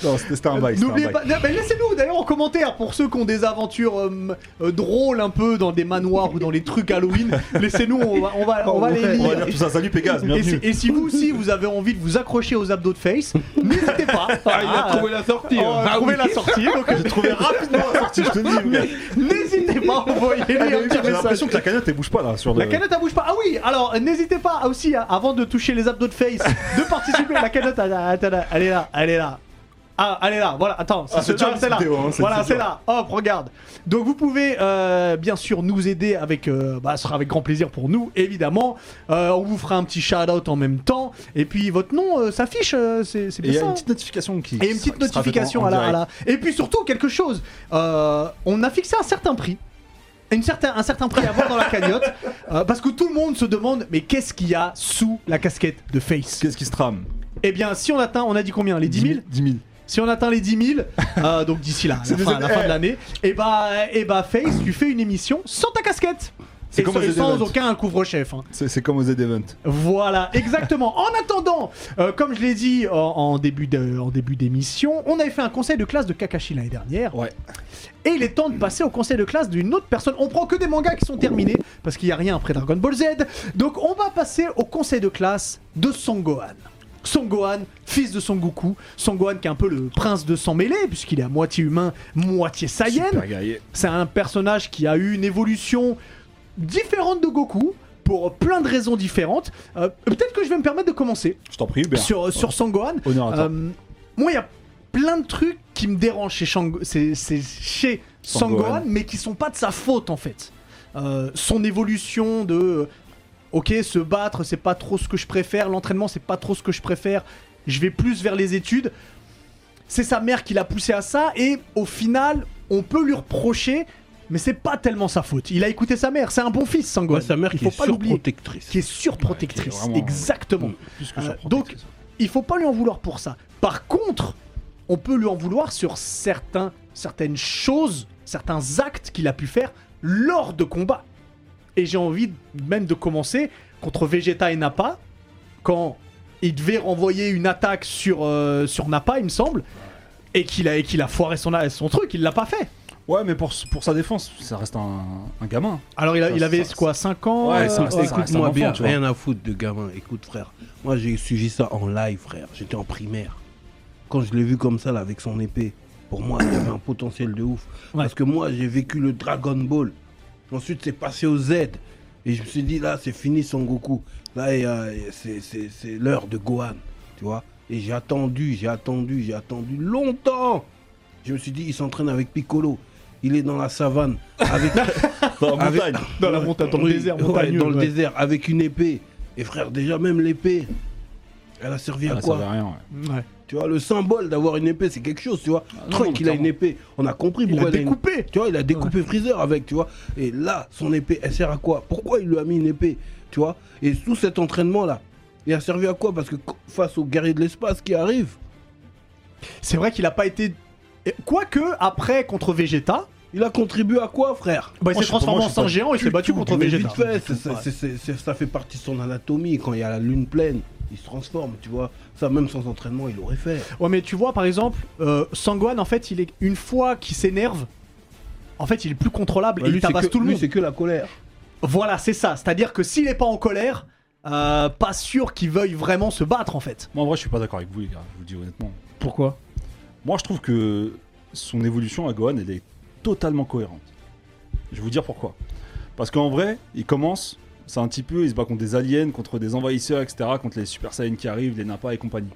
Speaker 2: Non, c'était c'était un bail. c'était un
Speaker 1: N'oubliez
Speaker 2: bail.
Speaker 1: pas, non, mais laissez-nous d'ailleurs en commentaire pour ceux qui ont des aventures euh, euh, drôles un peu dans des manoirs ou dans les trucs Halloween. Laissez-nous, on va, on va, on va les
Speaker 2: On va
Speaker 1: lire.
Speaker 2: dire tout ça. Salut Pégase,
Speaker 1: Et si,
Speaker 2: bienvenue.
Speaker 1: et si vous aussi vous avez envie de vous accrocher aux abdos de face, n'hésitez pas.
Speaker 3: Ah, il a trouvé la sortie.
Speaker 1: On
Speaker 3: hein.
Speaker 1: Oh, a trouvé la sortie, donc euh,
Speaker 2: J'ai trouvé rapidement la sortie, je te le dis. mais-
Speaker 1: n'hésitez pas à envoyer les un petit
Speaker 2: J'ai l'impression
Speaker 1: message.
Speaker 2: que la cagnotte elle bouge pas là sur
Speaker 1: La
Speaker 2: le.
Speaker 1: canotte elle bouge pas. Ah oui, alors euh, n'hésitez pas aussi à- avant de toucher les abdos de face, de participer. La canotte, elle, elle- elle est là, elle est là. Ah, elle est là, voilà, attends,
Speaker 2: Ah, c'est
Speaker 1: ce-
Speaker 2: dur,
Speaker 1: ah, c'est
Speaker 2: cette
Speaker 1: là.
Speaker 2: vidéo, hein, c'est-
Speaker 1: voilà,
Speaker 2: c'est
Speaker 1: c'est
Speaker 2: dur.
Speaker 1: là. Hop, regarde. Donc vous pouvez euh, bien sûr nous aider avec, euh, bah, ce sera avec grand plaisir pour nous, évidemment. Euh, on vous fera un petit shout out en même temps. Et puis votre nom euh, s'affiche, euh, c'est c'est
Speaker 2: Et il
Speaker 1: bien
Speaker 2: y a
Speaker 1: ça.
Speaker 2: une
Speaker 1: hein.
Speaker 2: petite notification qui.
Speaker 1: Et une petite
Speaker 2: qui sera faite
Speaker 1: notification
Speaker 2: en- en
Speaker 1: à la, à
Speaker 2: direct.
Speaker 1: la- Et puis surtout, quelque chose. euh, on a fixé un certain prix. Une certain, un certain prix à avoir dans la cagnotte. euh, parce que tout le monde se demande mais qu'est-ce qu'il y a sous la casquette de Face
Speaker 2: Qu'est-ce qui se trame
Speaker 1: Eh bien, si on atteint, on a dit combien Les 10 000
Speaker 2: 10 000.
Speaker 1: Si on atteint les 10 000, euh, donc d'ici là, à la,
Speaker 2: des-
Speaker 1: fin, à la fin
Speaker 2: eh.
Speaker 1: de l'année, et bah, et bah Face, tu fais une émission sans ta casquette
Speaker 2: C'est
Speaker 1: et
Speaker 2: comme
Speaker 1: ce-
Speaker 2: aux
Speaker 1: et sans
Speaker 2: events.
Speaker 1: aucun couvre-chef. hein.
Speaker 2: C'est c'est comme aux Z-Event.
Speaker 1: Voilà, exactement. en attendant, euh, comme je l'ai dit en, en début de- en début d'émission, on avait fait un conseil de classe de Kakashi l'année dernière.
Speaker 2: Ouais.
Speaker 1: Et il est temps de passer au conseil de classe d'une autre personne. On prend que des mangas qui sont terminés parce qu'il n'y a rien après Dragon Ball Z. Donc on va passer au conseil de classe de Son Gohan. Son Gohan, fils de Son Goku. Son Gohan qui est un peu le prince de sang mêlé puisqu'il est à moitié humain, moitié Saiyan.
Speaker 2: Super guerrier.
Speaker 1: C'est un personnage qui a eu une évolution différente de Goku pour plein de raisons différentes. Euh, Peut-être que je vais me permettre de commencer
Speaker 2: Je t'en prie, Hubert.
Speaker 1: sur, sur Sangohan.
Speaker 2: Honneur à toi.
Speaker 1: Euh, moi, il y a plein de trucs qui me dérangent chez, Shang- c'est- c'est chez
Speaker 2: Sangohan.
Speaker 1: Sangohan, mais qui sont pas de sa faute en fait. Euh, son évolution de euh, ok, se battre, c'est pas trop ce que je préfère, l'entraînement, c'est pas trop ce que je préfère, je vais plus vers les études. C'est sa mère qui l'a poussé à ça, et au final, on peut lui reprocher, mais c'est pas tellement sa faute. Il a écouté sa mère, c'est un bon fils, Sangohan.
Speaker 3: Ouais, sa mère
Speaker 1: il
Speaker 3: qui
Speaker 1: faut
Speaker 3: est
Speaker 1: pas l'oublier
Speaker 3: surprotectrice.
Speaker 1: qui est surprotectrice.
Speaker 2: Ouais, Mm. qui est vraiment-
Speaker 1: Exactement.
Speaker 2: Plus que
Speaker 1: Euh,
Speaker 2: surprenant.
Speaker 1: donc, il faut pas lui en vouloir pour ça. Par contre, on peut lui en vouloir sur certains, certaines choses, certains actes qu'il a pu faire lors de combats. Et j'ai envie de- même de commencer contre Vegeta et Nappa, quand il devait renvoyer une attaque sur, euh, sur Nappa, il me semble, et qu'il a, et qu'il a foiré son, son truc, il l'a pas fait.
Speaker 2: Ouais, mais pour, pour sa défense, ça reste un, un gamin.
Speaker 1: Alors il, a-
Speaker 2: Ça,
Speaker 1: il avait
Speaker 2: ça,
Speaker 1: quoi, 5 ans
Speaker 2: Ouais,
Speaker 1: euh,
Speaker 2: ça, c'est- reste un
Speaker 3: Écoute-moi
Speaker 2: enfant,
Speaker 3: bien,
Speaker 2: tu vois.
Speaker 3: rien à foutre de gamin. Écoute, frère, moi j'ai suivi ça en live, frère. J'étais en primaire. Quand je l'ai vu comme ça, là, avec son épée, pour moi, il y avait un potentiel de ouf.
Speaker 1: Ouais.
Speaker 3: Parce que moi, j'ai vécu le Dragon Ball. Ensuite, c'est passé au Z. Et je me suis dit, là, c'est fini Son Goku. Là, il y a- c'est- c'est c'est l'heure de Gohan. Tu vois Et j'ai attendu, j'ai attendu, j'ai attendu longtemps. Je me suis dit, il s'entraîne avec Piccolo. Il est dans la savane. Avec,
Speaker 2: Dans la
Speaker 3: avec-
Speaker 2: montagne.
Speaker 1: Dans la montagne, dans le
Speaker 3: Oui,
Speaker 1: désert
Speaker 3: ouais,
Speaker 1: montagneux,
Speaker 3: dans le
Speaker 1: ouais.
Speaker 3: désert, avec une épée. Et frère, déjà même l'épée, elle a servi à
Speaker 2: Ah, ça
Speaker 3: quoi
Speaker 2: veut rien, ouais.
Speaker 1: Ouais.
Speaker 3: Tu vois, le symbole d'avoir une épée, c'est quelque chose, tu vois.
Speaker 2: Ah, non,
Speaker 3: Troy,
Speaker 2: non,
Speaker 3: il a une
Speaker 2: clairement.
Speaker 3: épée. On a compris
Speaker 1: Il a
Speaker 3: pourquoi a une-
Speaker 1: découpé
Speaker 3: Tu vois, il a découpé Freezer avec, tu vois. Et là, son épée, elle sert à quoi Pourquoi il lui a mis une épée Tu vois Et tout cet entraînement-là, il a servi à quoi Parce que co- face aux guerriers de l'espace qui arrivent,
Speaker 1: C'est vrai qu'il a pas été... Et- Quoique, après, contre Vegeta,
Speaker 3: il a contribué à quoi, frère
Speaker 1: Bah, il
Speaker 2: Moi,
Speaker 1: s'est
Speaker 2: je sais pas,
Speaker 1: transformé
Speaker 2: moi, je
Speaker 1: en
Speaker 2: sais
Speaker 1: sang
Speaker 2: pas
Speaker 1: géant, il s'est battu contre
Speaker 3: Mais
Speaker 1: Vegeta.
Speaker 3: vite fait, c'est- c'est- c'est- c'est- ça fait partie de son anatomie. Quand il y a la lune pleine, il se transforme, tu vois. Ça, même sans entraînement, il aurait fait.
Speaker 1: Ouais, mais tu vois, par exemple, euh, Sangwan, en fait, il est une fois qu'il s'énerve, en fait, il est plus contrôlable
Speaker 3: Bah,
Speaker 1: et
Speaker 3: lui,
Speaker 1: il
Speaker 3: c'est
Speaker 1: tabasse
Speaker 3: que-
Speaker 1: tout le
Speaker 3: lui,
Speaker 1: monde.
Speaker 3: c'est que la colère.
Speaker 1: Voilà, c'est ça. C'est-à-dire que s'il est pas en colère, euh, pas sûr qu'il veuille vraiment se battre, en fait.
Speaker 2: Moi, en vrai, je suis pas d'accord avec vous, les gars. Je vous le dis honnêtement.
Speaker 1: Pourquoi
Speaker 2: Moi, je trouve que son évolution à Gohan, elle est totalement cohérente. Je vais vous dire pourquoi. Parce qu'en vrai, il commence, c'est un petit peu, il se bat contre des aliens, contre des envahisseurs, etc., contre les Super Saiyans qui arrivent, les Nappa et compagnie.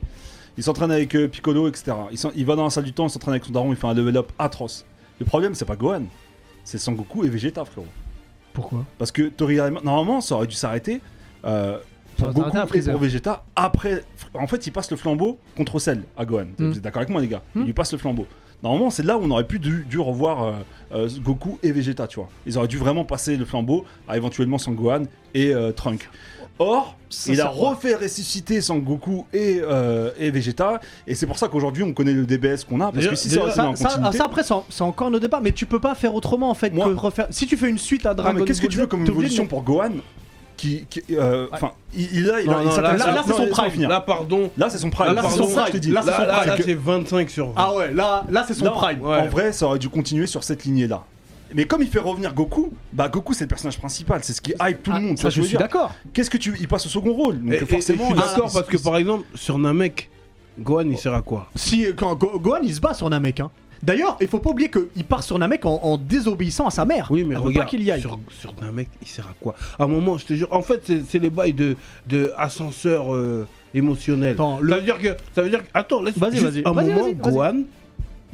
Speaker 2: Il s'entraîne avec euh, Piccolo, etc. Il, s'en- il va dans la salle du temps, il s'entraîne avec son daron, il fait un level up atroce. Le problème, c'est pas Gohan, c'est Sangoku et Vegeta, frérot.
Speaker 6: Pourquoi
Speaker 2: Parce que Toriyama, normalement, ça aurait dû s'arrêter euh, pour
Speaker 6: Ça aurait été
Speaker 2: Goku
Speaker 6: arrêté à
Speaker 2: et
Speaker 6: Freezer.
Speaker 2: pour Vegeta. Après, en fait, il passe le flambeau contre Cell à Gohan.
Speaker 1: Hmm.
Speaker 6: Mm.
Speaker 2: Vous êtes d'accord avec moi, les gars Il
Speaker 6: Mm.
Speaker 2: lui passe le flambeau. Normalement, c'est là où on aurait pu dû, dû revoir euh, euh, Goku et Vegeta, tu vois. Ils auraient dû vraiment passer le flambeau à éventuellement Sangohan et euh, Trunk. Or,
Speaker 1: Ça,
Speaker 2: il a
Speaker 1: ça-
Speaker 2: refait ressusciter Sangoku et, euh, et Vegeta, et c'est pour ça qu'aujourd'hui on connaît le DBS qu'on a, parce
Speaker 3: Déjà-
Speaker 2: que si
Speaker 3: déjà,
Speaker 2: ça aurait été
Speaker 1: ça,
Speaker 2: en
Speaker 1: ça-
Speaker 2: continuité...
Speaker 1: ça, après, c'est en- c'est encore nos débats, mais tu peux pas faire autrement, en fait,
Speaker 2: Moi-
Speaker 1: que refaire... Si tu fais une suite à
Speaker 2: Non,
Speaker 1: Dragon
Speaker 2: mais qu'est-ce que
Speaker 1: Ball
Speaker 2: tu
Speaker 1: Z,
Speaker 2: veux comme
Speaker 1: t'es obligé de-
Speaker 2: évolution pour Gohan qui, qui, euh, enfin, il, il a, il a,
Speaker 3: Non,
Speaker 2: il
Speaker 3: non,
Speaker 2: s'attaque-
Speaker 1: là, là, c'est
Speaker 2: non,
Speaker 1: son
Speaker 2: laisse-moi
Speaker 1: prime.
Speaker 2: finir.
Speaker 3: Là, pardon.
Speaker 2: Là, c'est son prime.
Speaker 3: Là, c'est
Speaker 2: Pardon,
Speaker 3: son prime.
Speaker 2: je te dis.
Speaker 1: Là,
Speaker 3: Là,
Speaker 1: c'est son
Speaker 3: là,
Speaker 1: prime.
Speaker 3: là,
Speaker 2: que-
Speaker 3: c'est 25 sur 20.
Speaker 1: Ah ouais, là, là c'est son
Speaker 2: Non,
Speaker 1: prime.
Speaker 3: ouais.
Speaker 2: En vrai, ça aurait dû continuer sur cette lignée-là. Mais comme il fait revenir Goku, bah Goku c'est le personnage principal, c'est ce qui hype tout le monde.
Speaker 1: Ah, ça,
Speaker 2: tu vois ce que
Speaker 1: je
Speaker 2: veux
Speaker 1: suis
Speaker 2: dire
Speaker 1: d'accord.
Speaker 2: Qu'est-ce que tu, il passe au second rôle, donc
Speaker 3: Et- et- et
Speaker 2: forcément.
Speaker 3: je suis
Speaker 2: là,
Speaker 3: d'accord
Speaker 2: il-
Speaker 3: parce que par exemple, sur Namek, Gohan, il sert à quoi
Speaker 1: Si quand Go- Gohan il se bat sur Namek hein. D'ailleurs, il faut pas oublier qu'il part sur Namek en, en désobéissant à sa mère.
Speaker 3: Oui, mais
Speaker 1: Elle veut
Speaker 3: regarde,
Speaker 1: pas qu'il y aille.
Speaker 3: Sur, sur Namek, il sert à quoi À un moment, je te jure, en fait, c'est c'est les bails de, de ascenseur euh, émotionnel.
Speaker 1: Attends,
Speaker 3: Ça veut dire que. Ça veut dire que- Attends, laisse
Speaker 1: Vas-y,
Speaker 3: juste
Speaker 1: vas-y,
Speaker 3: Un
Speaker 1: vas-y,
Speaker 3: moment,
Speaker 1: vas-y, vas-y.
Speaker 3: Gohan,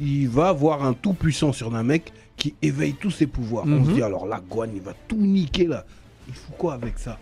Speaker 3: il va avoir un tout puissant sur Namek qui éveille tous ses pouvoirs. On se
Speaker 1: Mhm.
Speaker 3: dit, alors là, Gohan, il va tout niquer là. Il fout quoi avec ça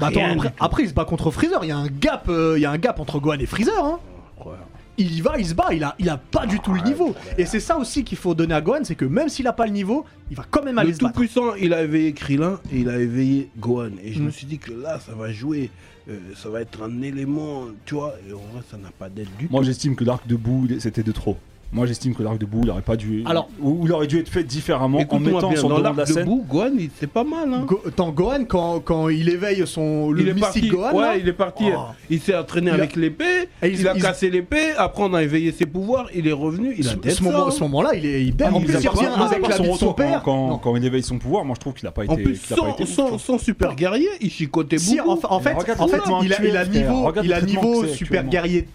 Speaker 1: Bah, attends,
Speaker 3: Rien
Speaker 1: après,
Speaker 3: du tout.
Speaker 1: après, il se bat contre Freezer. Il y a un gap, euh, il y a un gap entre Gohan et Freezer. Hein.
Speaker 3: Ouais.
Speaker 1: Il y va, il se bat. Il a, il a pas du tout le niveau. Et c'est ça aussi qu'il faut donner à Gohan, c'est que même s'il a pas le niveau, il va quand même aller
Speaker 3: Le
Speaker 1: se
Speaker 3: tout
Speaker 1: battre.
Speaker 3: puissant, il a éveillé Krillin et il a éveillé Gohan. Et je
Speaker 1: Mm.
Speaker 3: me suis dit que là, ça va jouer. euh, ça va être un élément, tu vois. Et en vrai, ça n'a pas d'aide du tout.
Speaker 2: Moi, j'estime que l'arc de Boo, il- c'était de trop. Moi, j'estime que l'arc de Bou, il aurait pas dû.
Speaker 1: Alors-
Speaker 2: ou ou il aurait dû être fait différemment en
Speaker 3: Écoute-moi
Speaker 2: mettant
Speaker 3: bien,
Speaker 2: son
Speaker 3: dans
Speaker 2: devant de la
Speaker 3: l'arc de
Speaker 2: scène.
Speaker 3: boue, Gohan, il- c'est pas mal. Hein.
Speaker 1: Go- tant Gohan, quand, quand il éveille son, le
Speaker 3: il est parti.
Speaker 1: mystique Gohan,
Speaker 3: ouais,
Speaker 1: là,
Speaker 3: il est parti.
Speaker 1: Oh.
Speaker 3: Il s'est entraîné
Speaker 1: Il a-
Speaker 3: avec l'épée.
Speaker 1: Et
Speaker 3: Il,
Speaker 1: il-
Speaker 3: a
Speaker 1: il-
Speaker 3: cassé l'épée. Après, on a éveillé ses pouvoirs. Il est revenu. Il a
Speaker 1: ce,
Speaker 3: dead
Speaker 1: ce moment,
Speaker 3: ça, hein.
Speaker 1: ce moment-là, il est il,
Speaker 2: Ah,
Speaker 1: en
Speaker 2: mais
Speaker 1: plus,
Speaker 2: mis
Speaker 1: il
Speaker 2: à part-
Speaker 1: revient
Speaker 2: mis à
Speaker 1: avec
Speaker 2: part
Speaker 1: la vie de son
Speaker 2: retour, quand-
Speaker 1: père.
Speaker 2: Quand,
Speaker 1: Non.
Speaker 2: quand il éveille son pouvoir, moi je trouve qu'il a pas été.
Speaker 3: En plus,
Speaker 2: qu'il a pas
Speaker 3: sans,
Speaker 2: été ouf, hein.
Speaker 3: sans-
Speaker 2: tu vois.
Speaker 3: sans super guerrier, il chicotait
Speaker 1: Si,
Speaker 3: beaucoup.
Speaker 1: en, en fait,
Speaker 2: Mais regarde
Speaker 1: en fait
Speaker 2: comment
Speaker 1: il, a,
Speaker 2: tu es,
Speaker 1: il a
Speaker 2: frère.
Speaker 1: niveau,
Speaker 2: Regarde
Speaker 1: il a
Speaker 2: le traitement
Speaker 1: niveau
Speaker 2: que c'est
Speaker 1: super
Speaker 2: actuellement.
Speaker 1: guerrier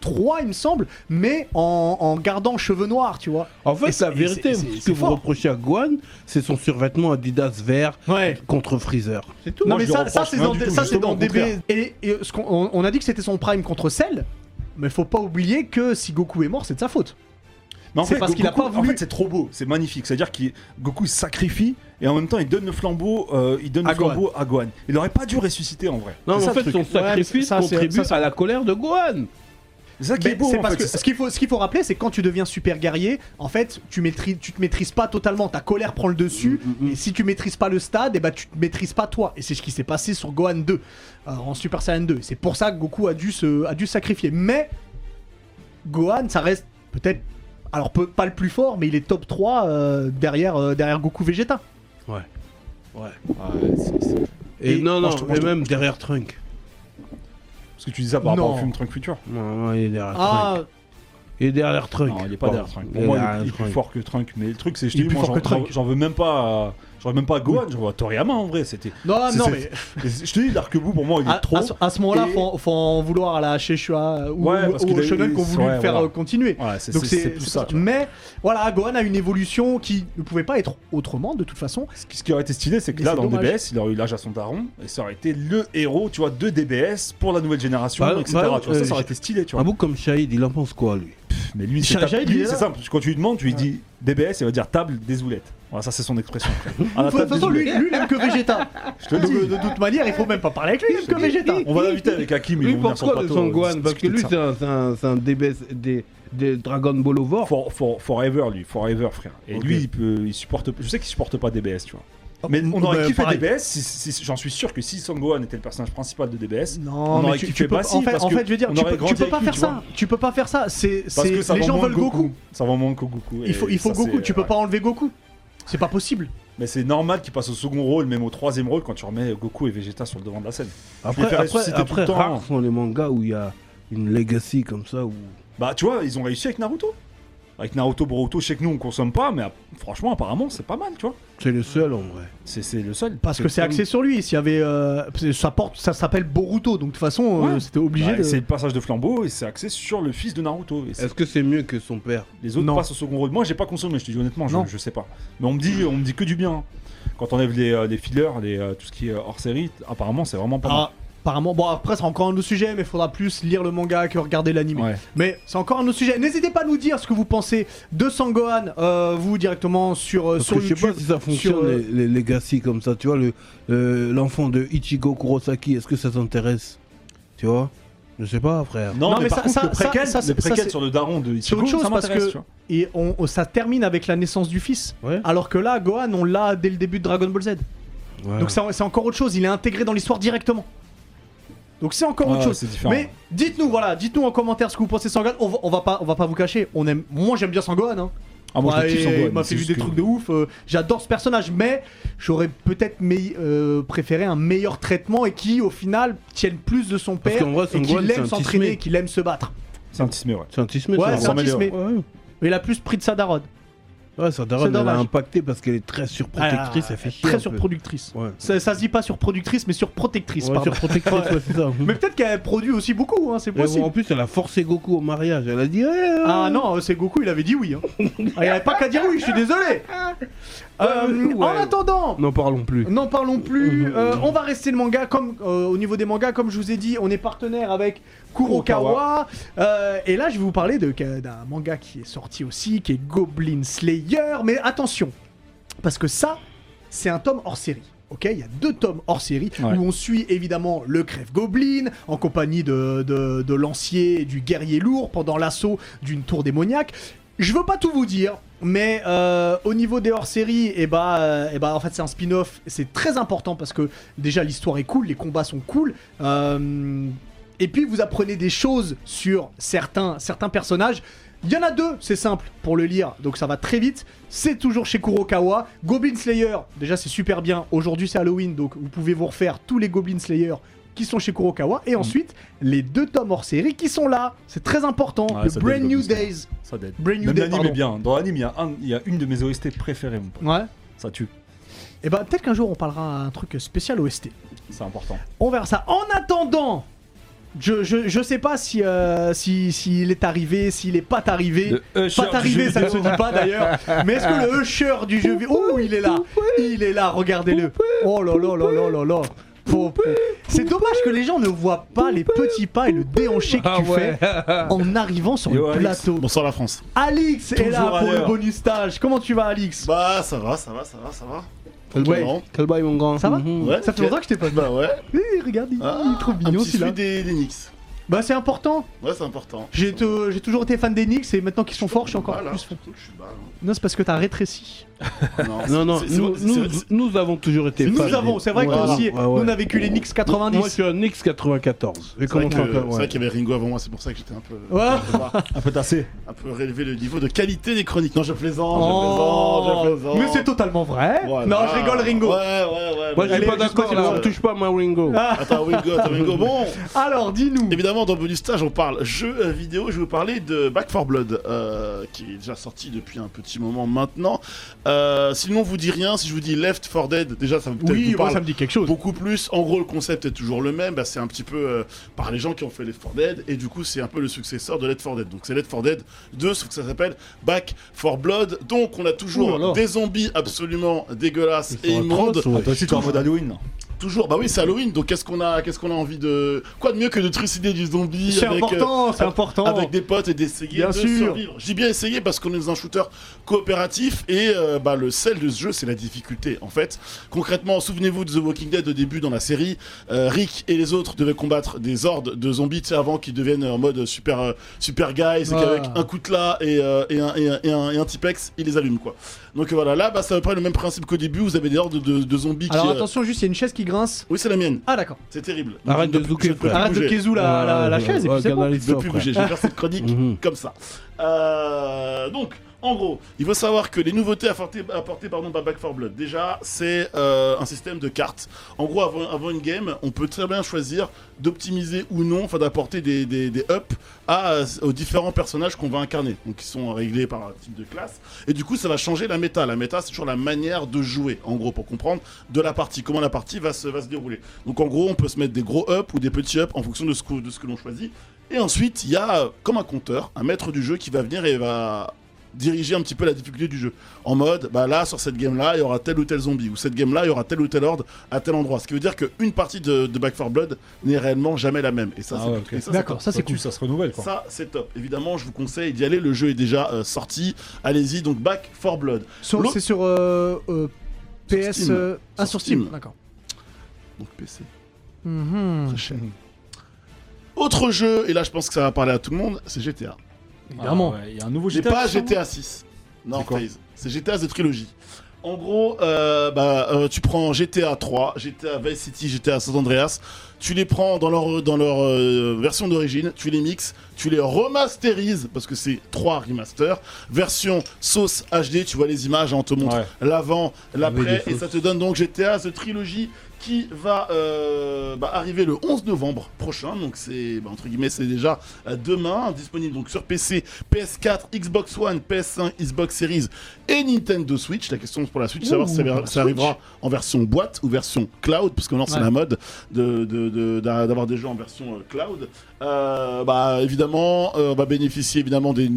Speaker 1: 3, il me semble, mais en, en gardant cheveux noirs, tu vois.
Speaker 3: En
Speaker 1: Et
Speaker 3: fait, la
Speaker 1: c'est-
Speaker 3: vérité,
Speaker 1: et c'est- c'est
Speaker 3: ce que vous
Speaker 1: fort.
Speaker 3: reprochez à Gohan, c'est son survêtement Adidas vert
Speaker 1: Ouais.
Speaker 3: contre Freezer. C'est tout.
Speaker 1: Non,
Speaker 2: Moi,
Speaker 1: mais
Speaker 2: je lui
Speaker 1: ça, ça
Speaker 2: reproche
Speaker 1: c'est
Speaker 2: rien
Speaker 1: dans,
Speaker 2: du
Speaker 1: D-
Speaker 2: tout,
Speaker 1: ça, c'est
Speaker 2: justement,
Speaker 1: dans
Speaker 2: au
Speaker 1: DB. Et, et ce qu'on- on, on a dit que c'était son prime contre Cell, mais faut pas oublier que si Goku est mort, c'est de sa faute.
Speaker 2: Mais en
Speaker 1: C'est
Speaker 2: fait,
Speaker 1: parce qu'il a
Speaker 2: Goku-
Speaker 1: pas
Speaker 2: En
Speaker 1: voulu.
Speaker 2: fait, c'est trop beau, c'est magnifique. C'est-à-dire que Goku il sacrifie et en même temps il donne le flambeau, euh, il donne
Speaker 1: À
Speaker 2: le flambeau à Gohan. Il aurait pas dû ressusciter en vrai. C'est
Speaker 3: Non, mais en
Speaker 2: ça, le
Speaker 3: fait,
Speaker 2: truc.
Speaker 3: son sacrifice
Speaker 1: ça, c'est-
Speaker 3: contribue
Speaker 1: ça, c'est-
Speaker 3: à la colère de Gohan.
Speaker 2: c'est ça qui est
Speaker 1: Mais
Speaker 2: beau.
Speaker 1: c'est
Speaker 2: en
Speaker 1: parce
Speaker 2: fait,
Speaker 1: que
Speaker 2: c'est ça.
Speaker 1: ce qu'il faut, ce qu'il faut rappeler, c'est que quand tu deviens super guerrier, en fait, tu maîtrises, tu te maîtrises pas totalement. Ta colère prend le dessus.
Speaker 2: Mm,
Speaker 1: Et si tu maîtrises pas le stade, et bah tu te maîtrises pas toi. Et c'est ce qui s'est passé sur Gohan 2, euh, en Super Saiyan 2. C'est pour ça que Goku a dû se, a dû se sacrifier. Mais Gohan, ça reste peut-être, alors peu- pas le plus fort, mais il est top 3 euh, derrière, euh, derrière Goku Vegeta.
Speaker 2: Ouais, c'est- c'est-
Speaker 3: Et,
Speaker 1: Et-
Speaker 3: non, non,
Speaker 1: moi, je te- moi,
Speaker 3: et
Speaker 1: je te-
Speaker 3: même derrière Trunk.
Speaker 2: Parce que tu dis ça par rapport
Speaker 1: Non.
Speaker 2: au film Trunk Future.
Speaker 3: Non, non, il est derrière Trunk.
Speaker 1: Ah,
Speaker 3: Il est derrière Trunk.
Speaker 2: Non, il est pas derrière Trunk. Pour
Speaker 3: Il est
Speaker 2: moi, il
Speaker 3: derrière
Speaker 2: est- il est plus
Speaker 3: Trunk.
Speaker 2: fort que Trunk. Mais le truc, c'est je
Speaker 1: Il est
Speaker 2: dis,
Speaker 1: plus
Speaker 2: moi,
Speaker 1: fort que
Speaker 2: j'en- j'en-
Speaker 1: Trunk.
Speaker 2: j'en veux même pas. euh, J'en veux même pas à Gohan, j'en veux à Toriyama en vrai. C'était.
Speaker 1: Ah, non,
Speaker 2: C'est-
Speaker 1: non,
Speaker 2: c'est-
Speaker 1: mais Ah,
Speaker 2: Je te dis, l'arc-bout pour moi, il
Speaker 1: à,
Speaker 2: est trop.
Speaker 1: à ce- à ce moment-là,
Speaker 2: Et-
Speaker 1: faut, en- faut en vouloir à la Sheshua euh, ou,
Speaker 2: Ouais, parce
Speaker 1: ou
Speaker 2: qu'il
Speaker 1: au
Speaker 2: a eu
Speaker 1: Shonen
Speaker 2: des-
Speaker 1: qui ont voulu
Speaker 2: ouais,
Speaker 1: le faire
Speaker 2: voilà.
Speaker 1: euh, continuer.
Speaker 2: Ouais, c'est
Speaker 1: Donc
Speaker 2: c'est-
Speaker 1: c'est
Speaker 2: c'est plus ça. tu vois.
Speaker 1: Mais voilà, Gohan a une évolution qui ne pouvait pas être autrement de toute façon.
Speaker 2: Ce qui- ce qui aurait été stylé, c'est que
Speaker 1: Mais
Speaker 2: là,
Speaker 1: c'est
Speaker 2: dans
Speaker 1: dommage.
Speaker 2: DBS, il aurait eu l'âge à son daron, et ça aurait été le héros, tu vois, de DBS pour la nouvelle génération,
Speaker 3: Bah,
Speaker 2: etc.
Speaker 3: bah,
Speaker 2: tu vois, ça,
Speaker 3: euh,
Speaker 2: ça aurait été stylé, tu
Speaker 3: Un
Speaker 1: ah
Speaker 2: vois.
Speaker 3: bout comme Shahid, il en pense quoi, lui
Speaker 2: mais lui, c'est
Speaker 1: Shahid,
Speaker 2: table-
Speaker 1: il est
Speaker 2: lui,
Speaker 1: là.
Speaker 2: c'est simple. Quand tu lui demandes, tu lui dis DBS, il va dire table des oulettes. Voilà, ça, c'est son expression. À
Speaker 1: De
Speaker 2: la
Speaker 1: toute
Speaker 2: table des
Speaker 1: façon, lui,
Speaker 2: oulettes.
Speaker 1: lui, il aime que Vegeta.
Speaker 2: Je te le
Speaker 1: Donc, euh,
Speaker 2: dis.
Speaker 1: de toute manière, il faut même pas parler avec lui, il aime que Vegeta.
Speaker 2: On va l'inviter avec Hakim, il
Speaker 3: Lui,
Speaker 2: va venir sur le
Speaker 3: pourquoi
Speaker 2: plateau.
Speaker 3: son
Speaker 2: euh,
Speaker 3: Gohan Parce que
Speaker 2: discuter de
Speaker 3: lui,
Speaker 2: ça.
Speaker 3: c'est un, c'est un, c'est un DBS des, des Dragon Ball over.
Speaker 2: For- for- forever, lui, forever, frère. Et
Speaker 3: Ok.
Speaker 2: lui, il, peut, il supporte. Je sais qu'il supporte pas DBS, tu vois. Mais on aurait
Speaker 1: bah,
Speaker 2: kiffé
Speaker 1: pareil.
Speaker 2: DBS. si- si- si- J'en suis sûr que si Son Gohan était le personnage principal de DBS,
Speaker 1: Non,
Speaker 2: on
Speaker 1: mais
Speaker 2: aurait
Speaker 1: tu,
Speaker 2: kiffé
Speaker 1: tu peux,
Speaker 2: pas si,
Speaker 1: en, fait,
Speaker 2: parce
Speaker 1: en
Speaker 2: que
Speaker 1: fait, je veux dire,
Speaker 2: on
Speaker 1: tu
Speaker 2: aurait
Speaker 1: peux,
Speaker 2: grandi
Speaker 1: tu peux
Speaker 2: avec
Speaker 1: pas
Speaker 2: lui,
Speaker 1: faire
Speaker 2: tu
Speaker 1: ça.
Speaker 2: vois.
Speaker 1: Tu peux pas faire ça. C'est,
Speaker 2: Parce
Speaker 1: c'est-
Speaker 2: que ça
Speaker 1: les
Speaker 2: vend
Speaker 1: gens
Speaker 2: moins
Speaker 1: veulent Goku.
Speaker 2: Ça vend moins que Goku.
Speaker 1: Il faut,
Speaker 2: et
Speaker 1: il faut
Speaker 2: ça,
Speaker 1: Goku.
Speaker 2: c'est-
Speaker 1: Tu peux
Speaker 2: ouais.
Speaker 1: pas enlever Goku. C'est pas possible.
Speaker 2: Mais c'est normal qu'il passe au second rôle, même au troisième rôle, quand tu remets Goku et Vegeta sur le devant de la scène.
Speaker 3: Après,
Speaker 2: préfère
Speaker 3: après,
Speaker 2: ressusciter tout
Speaker 3: après
Speaker 2: le temps.
Speaker 3: rares sont les mangas où il y a une legacy comme ça. Où...
Speaker 2: Bah, tu vois, ils ont réussi avec Naruto. Avec Naruto Boruto, je sais que nous on consomme pas, mais ah, franchement, apparemment, c'est pas mal, tu vois.
Speaker 3: C'est le seul en vrai.
Speaker 2: C'est c'est le seul.
Speaker 1: Parce que c'est
Speaker 2: comme-
Speaker 1: axé sur lui. S'il y avait, euh, ça porte, ça s'appelle Boruto. Donc de toute façon, euh,
Speaker 2: Ouais.
Speaker 1: c'était obligé.
Speaker 2: Bah,
Speaker 1: de...
Speaker 2: C'est le passage de flambeau et c'est axé sur le fils de Naruto. Et c'est-
Speaker 3: Est-ce que c'est mieux que son père
Speaker 2: les autres
Speaker 1: Non.
Speaker 2: passent au second rôle. Moi, j'ai pas consommé, je te dis honnêtement, je,
Speaker 1: Non.
Speaker 2: je sais pas. Mais on me dit, on me dit que du bien. hein. Quand on enlève les, euh, les fillers, les, euh, tout ce qui est hors série, apparemment, c'est vraiment pas
Speaker 1: Ah, apparemment, bon après c'est encore un autre sujet, mais faudra plus lire le manga que regarder l'anime.
Speaker 2: mal. Ouais.
Speaker 1: Mais c'est encore un autre sujet. N'hésitez pas à nous dire ce que vous pensez de Sangohan, euh, vous directement sur, euh,
Speaker 3: Parce
Speaker 1: sur
Speaker 3: que je sais
Speaker 1: YouTube.
Speaker 3: pas si ça fonctionne
Speaker 1: sur, euh,
Speaker 3: les, les legacy comme ça. Tu vois, le- euh, l'enfant de Ichigo Kurosaki, est-ce que ça t'intéresse Tu vois Je sais pas, frère.
Speaker 2: Non,
Speaker 1: Non,
Speaker 2: mais,
Speaker 1: mais
Speaker 2: par
Speaker 1: ça-
Speaker 2: contre,
Speaker 1: ça-
Speaker 2: le préquel,
Speaker 1: ça- ça,
Speaker 2: le
Speaker 1: c'est-
Speaker 2: préquel
Speaker 1: ça, c'est-
Speaker 2: sur le daron de
Speaker 1: C'est
Speaker 2: Ichigo,
Speaker 1: autre chose
Speaker 2: ça
Speaker 1: parce
Speaker 2: m'intéresse,
Speaker 1: que
Speaker 2: tu vois.
Speaker 1: et on, on- ça termine avec la naissance du fils.
Speaker 3: Ouais.
Speaker 1: Alors que là, Gohan, on l'a dès le début de Dragon Ball Z.
Speaker 3: Ouais.
Speaker 1: Donc ça- c'est encore autre chose. Il est intégré dans l'histoire directement. Donc c'est encore autre
Speaker 2: Ouais,
Speaker 1: chose.
Speaker 2: c'est différent.
Speaker 1: Mais dites-nous, voilà, dites-nous en commentaire ce que vous pensez de Sangohan. On va, on va pas, on va pas vous cacher. On aime, moi j'aime bien Sangohan. Hein.
Speaker 2: Ah, moi, je
Speaker 1: Ouais,
Speaker 2: le kiffe, son
Speaker 1: et
Speaker 2: Gohan,
Speaker 1: Il m'a
Speaker 2: c'est
Speaker 1: fait vu
Speaker 2: juste
Speaker 1: des
Speaker 2: que-
Speaker 1: trucs de ouf. euh, J'adore ce personnage, mais j'aurais peut-être mei- euh, préféré un meilleur traitement et qui, au final, tienne plus de son
Speaker 3: Parce
Speaker 1: père
Speaker 3: qu'en
Speaker 1: et
Speaker 3: vrai, Son Gohan,
Speaker 1: qu'il
Speaker 3: c'est un
Speaker 1: aime s'entraîner,
Speaker 3: tismé.
Speaker 1: qu'il aime se battre.
Speaker 2: C'est un petit smear, ouais.
Speaker 3: C'est un tismé,
Speaker 1: Ouais,
Speaker 3: ça.
Speaker 1: c'est un
Speaker 2: ressemble à
Speaker 1: tismé.
Speaker 3: Ouais.
Speaker 1: Mais il a plus pris de sa daronne.
Speaker 3: Ouais, sa daronne,
Speaker 1: C'est
Speaker 3: elle a
Speaker 1: dommage.
Speaker 3: impacté parce qu'elle est très surprotectrice,
Speaker 1: Ah,
Speaker 3: elle fait chier. un
Speaker 1: Très
Speaker 3: peu.
Speaker 1: surproductrice.
Speaker 3: Ouais.
Speaker 1: Ça, ça se dit pas surproductrice, mais surprotectrice,
Speaker 3: Ouais,
Speaker 1: pardon.
Speaker 3: surprotectrice, ouais, c'est ça.
Speaker 1: Mais peut-être qu'elle produit aussi beaucoup, hein, c'est
Speaker 3: Et en
Speaker 1: possible.
Speaker 3: plus, elle a forcé Goku au mariage. Elle a dit. eh,
Speaker 1: Ah non, c'est Goku, il avait dit oui. Hein. Ah, il avait pas qu'à dire oui, je suis désolé. Euh,
Speaker 3: Ouais.
Speaker 1: En attendant,
Speaker 3: N'en parlons plus.
Speaker 1: N'en parlons plus. Euh, on va rester le manga comme euh, au niveau des mangas, comme je vous ai dit, on est partenaire avec Kurokawa. Euh, et là, je vais vous parler de- d'un manga qui est sorti aussi, qui est Goblin Slayer. Mais attention, parce que ça, c'est un tome hors série. Ok, il y a deux tomes hors série
Speaker 2: Ouais.
Speaker 1: où on suit évidemment le crève goblin en compagnie de, de, de lancier et du guerrier lourd pendant l'assaut d'une tour démoniaque. Je veux pas tout vous dire, mais euh, au niveau des hors-séries, et bah, euh, eh bah, en fait c'est un spin-off, c'est très important parce que déjà l'histoire est cool, les combats sont cool, euh, et puis vous apprenez des choses sur certains certains personnages. Il y en a deux, c'est simple pour le lire, donc ça va très vite. C'est toujours chez Kurokawa. Goblin Slayer, déjà c'est super bien. Aujourd'hui c'est Halloween, donc vous pouvez vous refaire tous les Goblin Slayer qui sont chez Kurokawa.
Speaker 2: Mm.
Speaker 1: Et ensuite, les deux tomes hors série qui sont là. C'est très important.
Speaker 2: Ouais,
Speaker 1: le
Speaker 2: ça
Speaker 1: Brand
Speaker 2: développe
Speaker 1: New
Speaker 2: l'histoire.
Speaker 1: Days.
Speaker 2: Ça date.
Speaker 1: Brand New
Speaker 2: Même
Speaker 1: Day,
Speaker 2: l'anime
Speaker 1: pardon.
Speaker 2: est bien. Dans l'anime, il y, a un- il y a une de mes OST préférées, mon pote.
Speaker 1: Ouais.
Speaker 2: Ça tue.
Speaker 1: Et bah peut-être qu'un jour on parlera un truc spécial OST.
Speaker 2: C'est important.
Speaker 1: On verra ça. En attendant, je, je, je sais pas si euh, si- s'il est arrivé, s'il est pas arrivé.
Speaker 2: Le Usher
Speaker 1: pas
Speaker 2: du
Speaker 1: arrivé,
Speaker 2: jeu
Speaker 1: ça ne se
Speaker 2: vidéo.
Speaker 1: dit pas d'ailleurs. Mais est-ce que le Usher du jeu vidéo. Oh, il est là Il est là, regardez-le. Oh là là là là là là. Faut- faut- C'est dommage que les gens ne voient pas les petits pas et le déhanché que tu fais en arrivant sur
Speaker 2: Ah Yo,
Speaker 1: le
Speaker 2: Alex.
Speaker 1: plateau.
Speaker 6: Bonsoir la France.
Speaker 1: Alix est là
Speaker 2: Toujours à
Speaker 1: pour le
Speaker 2: l'heure.
Speaker 1: bonus stage. Comment tu vas, Alix
Speaker 6: Bah ça va, ça va, ça va, ça va.
Speaker 3: Quel bail,
Speaker 6: Tranquillement.
Speaker 3: quel bail, mon grand.
Speaker 1: Ça va
Speaker 3: Mhm.
Speaker 2: mm-hmm.
Speaker 6: Ouais,
Speaker 1: Ça fait longtemps que je t'ai pas vu.
Speaker 6: Bah ouais.
Speaker 1: Eh, regarde, il,
Speaker 6: Ah,
Speaker 1: il est trop mignon
Speaker 6: un petit
Speaker 1: celui-là.
Speaker 6: suivi des, des Knicks.
Speaker 1: Bah, c'est important.
Speaker 6: Ouais, c'est important.
Speaker 1: J'ai te- j'ai toujours été fan des Knicks et maintenant qu'ils sont forts, je suis encore
Speaker 6: Voilà.
Speaker 1: plus fan.
Speaker 6: Je suis bas, hein.
Speaker 1: Non, c'est parce que t'as rétréci.
Speaker 6: Non,
Speaker 3: Non, non,
Speaker 6: c'est- c'est-
Speaker 3: nous,
Speaker 6: c'est-
Speaker 3: nous,
Speaker 6: c'est-
Speaker 3: nous avons toujours été
Speaker 1: Nous
Speaker 3: fans
Speaker 1: avons,
Speaker 3: des-
Speaker 1: c'est vrai que toi
Speaker 3: Voilà.
Speaker 1: aussi,
Speaker 3: Ouais, ouais.
Speaker 1: nous on a vécu les Knicks 90.
Speaker 3: Moi, je suis un X94. J'ai
Speaker 6: C'est vrai
Speaker 3: commencé
Speaker 6: que-
Speaker 3: en-
Speaker 6: c'est
Speaker 3: ouais.
Speaker 6: vrai qu'il y avait Ringo avant moi, c'est pour ça que j'étais un peu.
Speaker 1: Ouais.
Speaker 6: un peu bas.
Speaker 2: Un peu tassé.
Speaker 6: un peu relever le niveau de qualité des chroniques. Non, je plaisante,
Speaker 1: Oh,
Speaker 6: je plaisante, je plaisante.
Speaker 1: Mais c'est totalement vrai.
Speaker 6: Voilà.
Speaker 1: Non, je rigole, Ringo.
Speaker 6: Ouais, ouais, ouais.
Speaker 3: Moi,
Speaker 6: mais-
Speaker 3: je suis
Speaker 1: Allez,
Speaker 3: pas
Speaker 1: juste
Speaker 3: d'accord,
Speaker 1: moi,
Speaker 3: là.
Speaker 6: c'est
Speaker 3: On
Speaker 6: moi.
Speaker 3: touche pas à ma Ringo.
Speaker 1: Ah,
Speaker 6: Attends, Ringo, attends, Ringo. Bon,
Speaker 1: alors, dis-nous.
Speaker 6: évidemment, dans Bonus Stage, on parle jeux euh, vidéo. Je vais vous parler de Back 4 Blood, euh, qui est déjà sorti depuis un petit moment maintenant. Euh, sinon, vous dit rien. Si je vous dis Left 4 Dead, déjà, ça me peut-être
Speaker 1: Oui,
Speaker 6: vous
Speaker 1: moi
Speaker 6: parle
Speaker 1: ça me dit quelque chose.
Speaker 6: beaucoup plus. En gros, le concept est toujours le même. Bah, c'est un petit peu euh, par les gens qui ont fait Left 4 Dead. Et du coup, c'est un peu le successeur de Left 4 Dead. Donc, c'est Left 4 Dead 2, sauf que ça s'appelle Back 4 Blood. Donc, on a
Speaker 3: Ouh
Speaker 6: toujours
Speaker 3: là là.
Speaker 6: des zombies absolument dégueulasses
Speaker 3: Ils
Speaker 6: et
Speaker 3: sont
Speaker 6: immondes.
Speaker 3: atroces, ouais.
Speaker 2: Ah, toi aussi, t'es en mode Halloween.
Speaker 6: Toujours, bah oui, c'est Halloween. Donc, qu'est-ce qu'on a, qu'est-ce qu'on a envie de. Quoi de mieux que de trucider du zombie
Speaker 1: C'est
Speaker 6: avec, euh,
Speaker 1: important, c'est
Speaker 6: avec-
Speaker 1: important.
Speaker 6: avec des potes et d'essayer
Speaker 1: Bien
Speaker 6: de
Speaker 1: sûr.
Speaker 6: survivre. J'ai bien essayé parce qu'on est dans un shooter coopératif et euh, bah, le sel de ce jeu, c'est la difficulté en fait. Concrètement, souvenez-vous de The Walking Dead au début dans la série, euh, Rick et les autres devaient combattre des hordes de zombies tu sais, avant qu'ils deviennent en mode super euh, super guys c'est
Speaker 1: Ouais.
Speaker 6: qu'avec un coutelas et, euh, et un, et un, et un- et un Tipex, ils les allument quoi. Donc euh, voilà, là, bah, c'est à peu près le même principe qu'au début. Vous avez des hordes de, de zombies
Speaker 1: Alors
Speaker 6: qui. euh,
Speaker 1: attention, juste il y a une chaise qui grince.
Speaker 6: Oui, c'est la mienne.
Speaker 1: Ah d'accord.
Speaker 6: C'est terrible.
Speaker 3: Arrête
Speaker 6: Je
Speaker 3: de
Speaker 6: ne-
Speaker 3: zouker,
Speaker 6: je ne peux plus
Speaker 3: frère.
Speaker 1: Arrête de
Speaker 6: bouger.
Speaker 1: Kézou la, la, la
Speaker 3: Ouais,
Speaker 1: chaise et puis
Speaker 3: ouais,
Speaker 1: c'est bon.
Speaker 6: je peux
Speaker 3: canalise-toi,
Speaker 6: plus
Speaker 3: frère.
Speaker 6: bouger, je vais faire cette chronique
Speaker 3: Mhm.
Speaker 6: comme ça. Euh, donc, en gros, il faut savoir que les nouveautés apportées, apportées pardon, par Back 4 Blood, déjà, c'est euh, un système de cartes. En gros, avant, avant une game, on peut très bien choisir d'optimiser ou non, enfin d'apporter des, des, des ups à, euh, aux différents personnages qu'on va incarner, donc qui sont réglés par un type de classe. Et du coup, ça va changer la méta. La méta, c'est toujours la manière de jouer, en gros, pour comprendre de la partie, comment la partie va se, va se dérouler. Donc, en gros, on peut se mettre des gros ups ou des petits ups en fonction de ce que, de ce que l'on choisit. Et ensuite, il y a euh, comme un compteur, un maître du jeu qui va venir et va diriger un petit peu la difficulté du jeu. En mode, bah là, sur cette game-là, il y aura tel ou tel zombie, ou cette game-là, il y aura tel ou tel ordre à tel endroit. Ce qui veut dire qu'une partie de, de Back 4 Blood n'est réellement jamais la même. Et ça,
Speaker 2: Ah
Speaker 6: c'est
Speaker 2: ouais,
Speaker 6: plutôt-
Speaker 2: ok.
Speaker 6: et ça, c'est
Speaker 1: D'accord, ça c'est cool.
Speaker 2: Ça se renouvelle, quoi.
Speaker 6: ça, c'est top. Évidemment, je vous conseille d'y aller. Le jeu est déjà euh, sorti. Allez-y, donc Back 4 Blood.
Speaker 1: Sur-
Speaker 6: L'autre-
Speaker 1: C'est sur euh, euh,
Speaker 6: Sur
Speaker 1: PS.
Speaker 6: Steam.
Speaker 1: euh, Ah
Speaker 6: Sur
Speaker 1: sur Steam,
Speaker 6: Steam.
Speaker 1: d'accord.
Speaker 6: Donc PC.
Speaker 1: Mhm.
Speaker 6: Autre jeu, et là, je pense que ça va parler à tout le monde, c'est GTA.
Speaker 1: Évidemment.
Speaker 2: Ah ouais, Il y a un nouveau
Speaker 6: J'ai
Speaker 2: GTA.
Speaker 6: pas
Speaker 2: qui sort,
Speaker 6: GTA 6. Non,
Speaker 2: C'est quoi
Speaker 6: Phase. C'est GTA The Trilogy. En gros, euh, bah, euh, tu prends GTA 3, GTA Vice City, GTA San Andreas, tu les prends dans leur, dans leur euh, version d'origine, tu les mixes, tu les remasterises, parce que c'est 3 remasters, version sauce HD, tu vois les images, hein, on te montre
Speaker 2: Ouais.
Speaker 6: l'avant,
Speaker 2: des
Speaker 6: l'après, et
Speaker 2: fausses.
Speaker 6: ça te donne donc GTA The Trilogy qui va euh, bah, arriver le 11 novembre prochain, donc c'est bah, entre guillemets c'est déjà euh, demain, disponible donc sur PC, PS4, Xbox One, PS5, Xbox Series et Nintendo Switch. La question pour la Switch, c'est savoir si ça, verra- ça arrivera en version boîte ou version cloud, parce que maintenant c'est
Speaker 1: Ouais.
Speaker 6: la mode de- de- de- d'a- d'avoir des jeux en version euh, cloud. Euh, bah évidemment, euh, on va bénéficier évidemment des, de,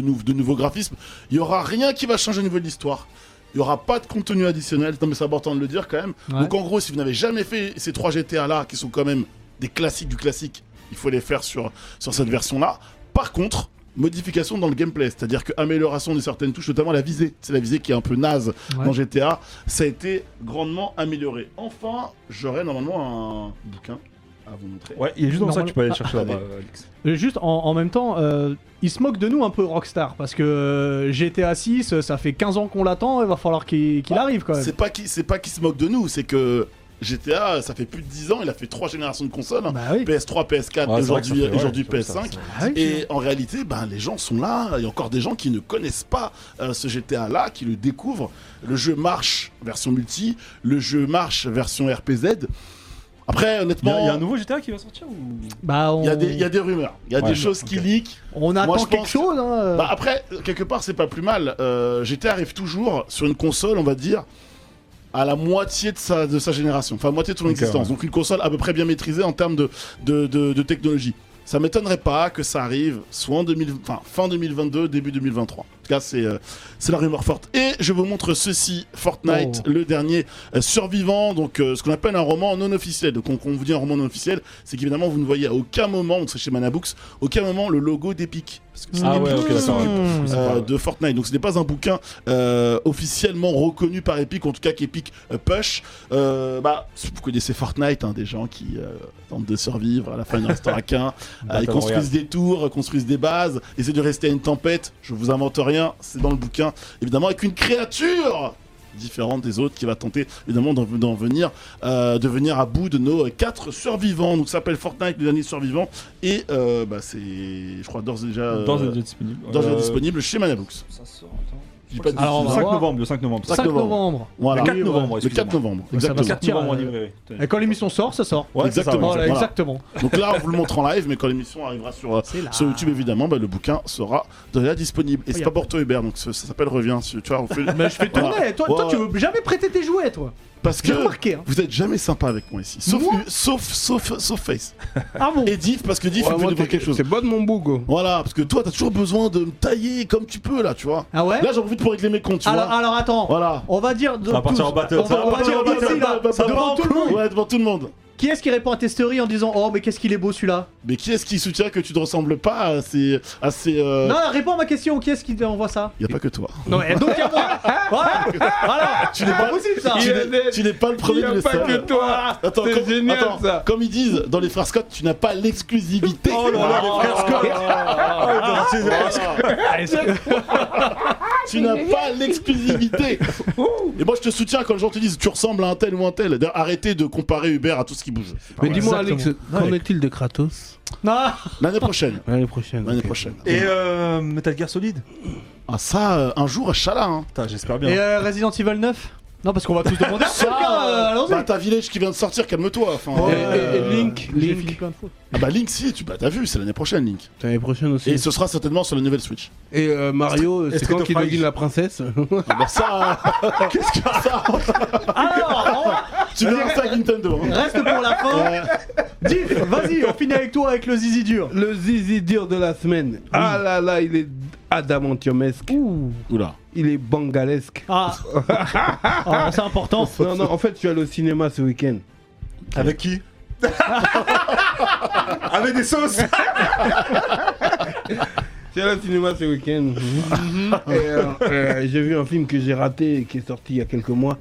Speaker 6: nou- de nouveaux graphismes. Il y aura rien qui va changer au niveau de l'histoire. Il y aura pas de contenu additionnel. Non mais c'est important de le dire quand même.
Speaker 1: Ouais.
Speaker 6: Donc en gros, si vous n'avez jamais fait ces trois GTA là, qui sont quand même des classiques du classique, il faut les faire sur, sur cette version là. Par contre, modification dans le gameplay, c'est-à-dire que amélioration de certaines touches, notamment la visée. C'est la visée qui est un peu naze
Speaker 1: Ouais.
Speaker 6: dans GTA. Ça a été grandement amélioré. Enfin, j'aurai normalement un bouquin à vous montrer.
Speaker 2: Ouais, il est juste dans ça
Speaker 1: Normal-
Speaker 2: que tu peux aller le chercher
Speaker 6: Ah,
Speaker 2: là-bas,
Speaker 6: allez.
Speaker 2: euh, Alex.
Speaker 1: Et Juste en, en même temps, euh, il se moque de nous un peu Rockstar parce que euh, GTA
Speaker 6: Ah,
Speaker 1: 6, ça fait 15 ans qu'on l'attend, il va falloir qu'il qu'il arrive quand même.
Speaker 6: C'est pas qui, c'est pas qui se moque de nous, c'est que GTA, ça fait plus de 10 ans, il a fait trois générations de consoles. hein.
Speaker 1: Bah oui.
Speaker 6: PS3, PS4,
Speaker 2: Ouais, c'est vrai que ça
Speaker 6: aujourd'hui
Speaker 2: fait- ouais,
Speaker 6: aujourd'hui
Speaker 2: je trouve ça-
Speaker 6: PS5.
Speaker 2: ça-
Speaker 1: Ah oui.
Speaker 2: Hein.
Speaker 6: Et en réalité, ben, les gens sont là. Il y a encore des gens qui ne connaissent pas euh, ce GTA-là, qui le découvrent. Le jeu marche version multi, le jeu marche version RPZ. Après,
Speaker 2: Il y,
Speaker 6: honnêtement,
Speaker 2: a- il y a un nouveau GTA qui va sortir ou
Speaker 1: Bah, on...
Speaker 6: il y a des- il y a des rumeurs, il y a
Speaker 2: Ouais,
Speaker 6: des choses qui
Speaker 2: ok.
Speaker 6: leak.
Speaker 1: on attend
Speaker 6: Moi, je
Speaker 1: quelque
Speaker 6: pense-
Speaker 1: chose. Hein. euh.
Speaker 6: Bah après, quelque part, c'est pas plus mal. Euh, GTA arrive toujours sur une console, on va dire, à la moitié de sa, de sa génération, enfin, moitié de son
Speaker 2: Ok,
Speaker 6: existence.
Speaker 2: ouais.
Speaker 6: Donc, une console à peu près bien maîtrisée en termes de, de, de- de technologie. Ça m'étonnerait pas que ça arrive soit en 2000 enfin, fin 2022, début 2023. En tout cas, c'est euh, c'est la rumeur forte. Et je vous montre ceci Fortnite,
Speaker 1: Oh.
Speaker 6: le dernier euh, survivant, donc euh, ce qu'on appelle un roman non officiel. Donc, quand on vous dit un roman non officiel, c'est qu'évidemment, vous ne voyez à aucun moment, on serait chez Manabooks, aucun moment le logo d'Epic. Parce que c'est
Speaker 2: Ah
Speaker 6: Epic
Speaker 2: ouais, ok,
Speaker 6: qui
Speaker 2: d'accord.
Speaker 6: s'occupe
Speaker 2: ouais. C'est
Speaker 6: euh,
Speaker 2: pas-
Speaker 6: de Fortnite. Donc ce n'est pas un bouquin euh, officiellement reconnu par Epic, en tout cas qu'Epic euh, push. Euh, bah, si vous connaissez Fortnite, hein, des gens qui euh, tentent de survivre à la fin d'un Starkin, euh, ils
Speaker 2: Battle
Speaker 6: construisent des tours, euh, construisent des bases, essaient de rester à une tempête. Je vous invente rien, c'est dans le bouquin. Évidemment avec une créature différente des autres qui va tenter évidemment d'en- d'en venir euh, de venir à bout de nos euh, quatre survivants donc ça s'appelle Fortnite le dernier survivant et euh, bah, c'est je crois d'ores et déjà euh,
Speaker 2: Dans déjà disponible.
Speaker 6: d'ores et déjà
Speaker 2: Euh,
Speaker 6: disponible chez Manabooks
Speaker 2: Ça sort, attends.
Speaker 6: Je dis pas de
Speaker 1: Alors,
Speaker 6: bêtises.
Speaker 1: on va
Speaker 2: 5
Speaker 1: voir.
Speaker 2: novembre, le 5 novembre.
Speaker 1: 5
Speaker 6: novembre.
Speaker 1: novembre.
Speaker 6: Voilà.
Speaker 2: Le 4
Speaker 1: Oui, ouais.
Speaker 2: novembre,
Speaker 6: Le 4
Speaker 2: excusez-moi.
Speaker 6: novembre,
Speaker 1: Donc, ça va sortir.
Speaker 6: exactement.
Speaker 2: Le 4 novembre en
Speaker 1: euh,
Speaker 2: librairie.
Speaker 1: Et quand l'émission sort, ça sort.
Speaker 2: Ouais, c'est ça,
Speaker 6: Exactement.
Speaker 2: ouais,
Speaker 1: Voilà,
Speaker 2: c'est-
Speaker 6: Voilà.
Speaker 1: exactement.
Speaker 6: Donc là, on vous le montre en live, mais quand l'émission arrivera sur, euh,
Speaker 1: C'est là. Oh,
Speaker 6: sur YouTube, évidemment, bah, le bouquin sera déjà disponible. Et
Speaker 1: y
Speaker 6: c'est
Speaker 1: a
Speaker 6: pas
Speaker 1: pas-
Speaker 6: Borto Hébert, donc ça, ça s'appelle Reviens. si- Tu vois, on fait...
Speaker 1: Eh, Mais je fais tourner.
Speaker 6: Voilà.
Speaker 1: Toi, toi,
Speaker 6: Ouais,
Speaker 1: tu
Speaker 6: ouais.
Speaker 1: veux jamais prêter tes jouets, toi.
Speaker 6: Parce que
Speaker 1: J'ai remarqué. Hein.
Speaker 6: vous êtes jamais sympa avec moi ici. Sauf,
Speaker 1: Moi
Speaker 6: sauf, sauf, sauf Face.
Speaker 1: Ah bon
Speaker 6: Et Diff, parce que Diff,
Speaker 3: Ouais, moi,
Speaker 6: il peut nous
Speaker 3: t'es-
Speaker 6: dire quelque chose.
Speaker 3: C'est bon de mon bougo.
Speaker 6: Voilà, parce que toi, t'as toujours besoin de me tailler comme tu peux, là, tu vois.
Speaker 1: Ah ouais
Speaker 6: Là, j'en profite pour régler mes comptes, tu
Speaker 1: alors,
Speaker 6: vois.
Speaker 1: alors attends.
Speaker 6: Voilà.
Speaker 1: On va dire. de-
Speaker 2: Ça va partir
Speaker 1: tous-
Speaker 2: en battle,
Speaker 1: On
Speaker 2: ça
Speaker 1: va,
Speaker 2: va
Speaker 1: on va
Speaker 2: partir
Speaker 1: dire
Speaker 2: en battle,
Speaker 1: ici, là,
Speaker 6: ça va
Speaker 1: devant tout le monde.
Speaker 6: Ouais, devant tout le monde.
Speaker 1: Qui est-ce qui répond à tes stories en disant Oh, mais qu'est-ce qu'il est beau celui-là
Speaker 6: Mais qui est-ce qui soutient que tu ne ressembles pas à ces. À ces euh,
Speaker 1: Non, réponds à ma question. Qui est-ce qui te envoie ça
Speaker 6: Il n'y a pas que toi.
Speaker 1: Non, mais donc à moi. Voilà. Voilà.
Speaker 6: Tu n'es
Speaker 1: C'est pas
Speaker 6: pas,
Speaker 1: possible ça.
Speaker 6: euh, tu
Speaker 3: Il
Speaker 6: n'es-
Speaker 3: est net.
Speaker 6: tu n'es pas le premier
Speaker 3: Il y a
Speaker 6: de
Speaker 3: pas que toi.
Speaker 6: Attends,
Speaker 3: C'est
Speaker 6: comme,
Speaker 3: génial,
Speaker 6: attends,
Speaker 3: ça.
Speaker 6: comme ils disent dans les frères Scott, tu n'as pas l'exclusivité.
Speaker 2: Oh là là, les frères Scott. Ah, c'est-
Speaker 3: Oh
Speaker 6: tu n'as pas l'exclusivité. Et moi, je te soutiens quand les gens te disent tu ressembles à un tel ou un tel. D'ailleurs, Arrêtez de comparer Uber à tout ce qui bouge. C'est pas
Speaker 3: Mais
Speaker 6: vrai.
Speaker 3: dis-moi, Alex,
Speaker 1: Exactement.
Speaker 3: qu'en est-il de Kratos
Speaker 1: Non.
Speaker 6: L'année prochaine.
Speaker 3: L'année prochaine.
Speaker 6: L'année
Speaker 3: ok.
Speaker 6: prochaine.
Speaker 2: Et euh, Metal Gear Solid
Speaker 6: Ah, ça, euh, un jour, à Chala. Hein.
Speaker 2: Putain, j'espère bien.
Speaker 1: Et euh, Resident Evil 9 Non, parce qu'on va tous demander. Chacun, euh, allons-y.
Speaker 6: Bah, ta village qui vient de sortir, calme-toi. Enfin,
Speaker 3: Et,
Speaker 6: euh,
Speaker 3: et- et Link,
Speaker 1: J'ai
Speaker 3: Link.
Speaker 1: fini plein de fois.
Speaker 6: Ah bah, Link, si, tu bah, t'as vu, c'est l'année prochaine, Link.
Speaker 3: L'année prochaine aussi.
Speaker 6: Et ce sera certainement sur la nouvelle Switch.
Speaker 3: Et euh, Mario, c'est
Speaker 2: Street
Speaker 3: quand
Speaker 2: of
Speaker 3: qu'il
Speaker 2: Rage.
Speaker 3: devine la princesse
Speaker 6: Ah bah, ça. euh, Qu'est-ce que ça
Speaker 1: Alors,
Speaker 6: Tu verras ça à Nintendo.
Speaker 1: on
Speaker 6: hein.
Speaker 1: reste pour la fin.
Speaker 6: Euh,
Speaker 1: Diff, vas-y, on finit avec toi avec le zizi dur.
Speaker 3: Le zizi dur de la semaine. Ah là là, il est adamantiumesque.
Speaker 6: Oula.
Speaker 3: Il est bangalesque.
Speaker 1: Ah, Ah, c'est important.
Speaker 3: Non, non, en fait, je suis allé au cinéma ce week-end.
Speaker 2: Avec qui Avec des sauces
Speaker 3: Je suis allé au cinéma ce week-end. Et, euh, euh, j'ai vu un film que j'ai raté et qui est sorti il y a quelques mois.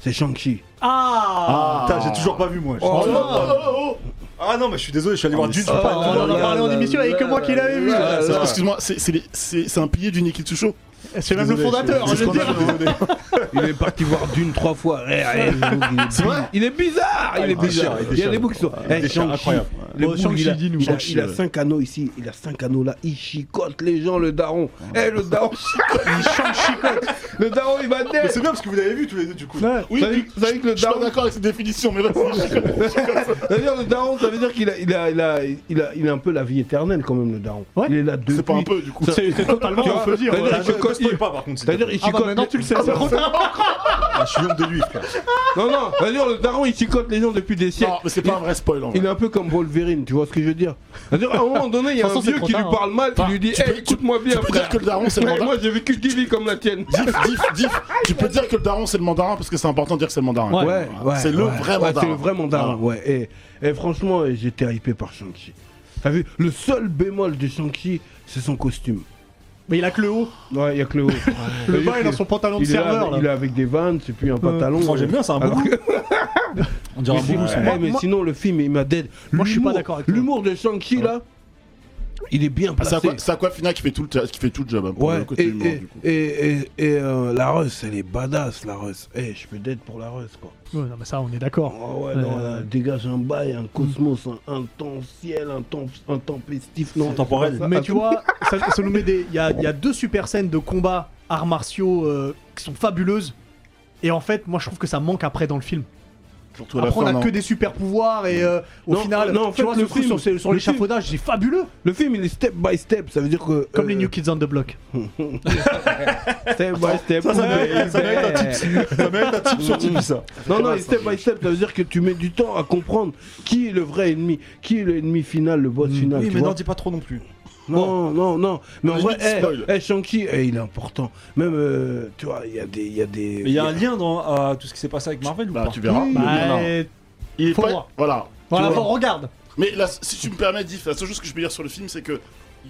Speaker 3: C'est Shang-Chi.
Speaker 1: Ah,
Speaker 2: Putain, j'ai toujours pas vu moi.
Speaker 3: Oh,
Speaker 2: Je-
Speaker 3: non.
Speaker 2: Ah non, mais je suis désolé, je suis allé voir Dune. je
Speaker 1: Oh,
Speaker 2: peux
Speaker 1: on en a
Speaker 3: là,
Speaker 1: parlé en
Speaker 3: là,
Speaker 1: émission, il n'y avait que
Speaker 3: là,
Speaker 1: moi qui
Speaker 3: là,
Speaker 1: l'avais vu.
Speaker 3: là,
Speaker 6: Ah, Ça,
Speaker 3: là.
Speaker 6: Excuse-moi, c'est- c'est les- c'est c'est un pilier du Nikitsucho
Speaker 1: C'est même le fondateur, je veux dire.
Speaker 3: Il est parti voir d'une trois fois. Eh, eh,
Speaker 6: C'est vrai
Speaker 3: Il est bizarre, il est
Speaker 2: déchire,
Speaker 3: bizarre.
Speaker 2: il
Speaker 3: Il y a
Speaker 2: déchire.
Speaker 3: des boucs qui sont. Eh,
Speaker 2: Il déchire, incroyable.
Speaker 3: Le
Speaker 1: Bon,
Speaker 3: bouc,
Speaker 1: Shang-Chi,
Speaker 3: il a,
Speaker 1: dis-nous.
Speaker 3: il a-
Speaker 6: Shang-Chi,
Speaker 3: il a
Speaker 6: ouais.
Speaker 3: cinq anneaux ici, il a cinq anneaux là, il chicote les gens, le daron. Eh, le daron chicote, il chicote. Le daron, il va
Speaker 2: Mais
Speaker 3: naître.
Speaker 2: c'est bien parce que vous l'avez vu tous les deux du coup.
Speaker 1: Ouais.
Speaker 6: Oui,
Speaker 3: Ça veut-
Speaker 6: oui,
Speaker 3: ça veut dire que le
Speaker 6: je suis pas
Speaker 3: daron-
Speaker 6: d'accord avec cette définition, mais vas-y.
Speaker 3: C'est-à-dire, le daron, ça veut dire qu'il a, il a, il a, il a, il a un peu la vie éternelle quand même, le daron.
Speaker 1: Ouais.
Speaker 3: Il est là depuis.
Speaker 6: C'est pas un peu, du coup.
Speaker 1: C'est c'est totalement,
Speaker 3: Tu
Speaker 1: on
Speaker 3: vois,
Speaker 1: peut le dire.
Speaker 3: t'as
Speaker 1: ouais.
Speaker 3: dit-
Speaker 2: Ah, je ne spoil pas par contre. s'il te
Speaker 3: C'est-à-dire,
Speaker 2: plaît.
Speaker 3: il
Speaker 1: Ah bah
Speaker 3: chicote.
Speaker 1: maintenant tu le sais. c'est bon.
Speaker 2: Ah, je suis homme de lui, frère.
Speaker 3: Non, non, c'est-à-dire, le daron, il chicote les gens depuis des siècles.
Speaker 6: Non, mais c'est pas un vrai spoil en vrai.
Speaker 3: Il est un peu comme Wolverine, tu vois ce que je veux dire C'est-à-dire, à un moment donné, il y a
Speaker 1: De toute façon,
Speaker 3: un vieux
Speaker 1: c'est
Speaker 3: qui
Speaker 1: trop
Speaker 3: lui
Speaker 1: tard,
Speaker 3: parle mal,
Speaker 6: Enfin,
Speaker 3: qui lui dit
Speaker 6: tu peux-
Speaker 3: Eh, écoute-moi bien,
Speaker 6: tu peux dire
Speaker 3: frère.
Speaker 6: que le daron, c'est le
Speaker 3: Ouais,
Speaker 6: mandarin.
Speaker 3: Moi, j'ai vécu 10 vies comme la tienne.
Speaker 6: Diff, diff, diff. Tu peux dire que le daron, c'est le mandarin parce que c'est important de dire que c'est le mandarin.
Speaker 1: Ouais.
Speaker 3: Ouais, ouais,
Speaker 6: C'est le
Speaker 3: ouais.
Speaker 6: vrai Ah.
Speaker 3: Ouais,
Speaker 6: mandarin.
Speaker 3: C'est le vrai mandarin,
Speaker 6: Voilà.
Speaker 3: ouais. Et, et franchement, euh, j'étais hypé par Shang-Chi. T'as vu Le seul bémol de Shang-Chi, c'est son costume.
Speaker 1: Mais il a que le haut.
Speaker 3: Ouais, il y a que le haut.
Speaker 1: Le bas est dans son pantalon de
Speaker 3: il est, là,
Speaker 1: serveur.
Speaker 3: avec- il est avec des vannes et puis un pantalon.
Speaker 2: Moi j'aime bien, c'est un bon
Speaker 3: Alors
Speaker 2: coup.
Speaker 3: que-
Speaker 2: On dirait
Speaker 3: Ouais, mais sinon, le film, il m'a dead.
Speaker 1: Moi, je suis pas
Speaker 3: L'humour-
Speaker 1: d'accord avec toi.
Speaker 3: L'humour de Shang-Chi, là, Il est bien
Speaker 6: Ah, c'est
Speaker 3: placé.
Speaker 6: Aqua- c'est Aquafina qui fait tout le, ta- qui fait tout le job. hein, pour
Speaker 3: Ouais,
Speaker 6: le côté
Speaker 3: et,
Speaker 6: humain,
Speaker 3: et,
Speaker 6: du coup.
Speaker 3: et, et, et, euh, la Russe, elle est badass, la Russe. Eh, je peux d'être pour la Russe, quoi.
Speaker 1: Ouais, non, mais ça, on est d'accord.
Speaker 3: Oh ouais, non,
Speaker 1: Euh,
Speaker 3: elle dégage un bail, un cosmos, un, un temps ciel, un temps, un temps festif, non
Speaker 2: Intemporel.
Speaker 6: Bah,
Speaker 3: c'est pas ça.
Speaker 1: Mais
Speaker 6: ah,
Speaker 1: tu vois, ça, ça nous met des. Il y a, il y a deux super scènes de combat arts martiaux euh, qui sont fabuleuses. Et en fait, moi, je trouve que ça manque après dans le film.
Speaker 6: Surtout à la
Speaker 1: après, on
Speaker 6: fin.
Speaker 1: a
Speaker 6: non.
Speaker 1: que des super pouvoirs et euh, au
Speaker 3: Non,
Speaker 1: final,
Speaker 3: non, en
Speaker 1: tu
Speaker 3: fait,
Speaker 1: vois,
Speaker 3: le
Speaker 1: ce truc
Speaker 3: film-
Speaker 1: sur, sur
Speaker 3: le
Speaker 1: l'échafaudage, c'est fabuleux.
Speaker 3: Le film, il est step by step, ça veut dire que.
Speaker 1: Comme
Speaker 3: euh,
Speaker 1: les New Kids on the Block.
Speaker 3: Step by step.
Speaker 6: Ça, ça mérite- ça mérite un
Speaker 3: ouais.
Speaker 6: tips. Ça mérite un tips sur Tipeee, ça.
Speaker 3: Non, non, et step by step, ça veut dire que tu mets du temps à comprendre qui est le vrai ennemi, qui est l'ennemi final, le boss final.
Speaker 2: Oui,
Speaker 3: tu
Speaker 2: mais
Speaker 3: vois.
Speaker 2: non, dis pas trop non plus.
Speaker 3: Non, non, non. Mais en
Speaker 6: Limite,
Speaker 3: vrai,
Speaker 6: spoil.
Speaker 3: eh, eh, Shang-Chi, eh, il est important. Même, euh, tu vois, il y a des. il Y a des
Speaker 2: Mais il y a un lien dans euh, tout ce qui s'est passé avec Marvel ou
Speaker 6: Bah,
Speaker 2: pas
Speaker 6: tu verras.
Speaker 3: Oui.
Speaker 6: Mais non, non.
Speaker 1: et-
Speaker 6: Il est
Speaker 1: faut
Speaker 6: pas-
Speaker 1: voir.
Speaker 6: Voilà.
Speaker 1: Voilà,
Speaker 6: Tu vois.
Speaker 1: bon, regarde.
Speaker 6: Mais là, si tu me permets, Diff, la seule chose que je peux dire sur le film, c'est que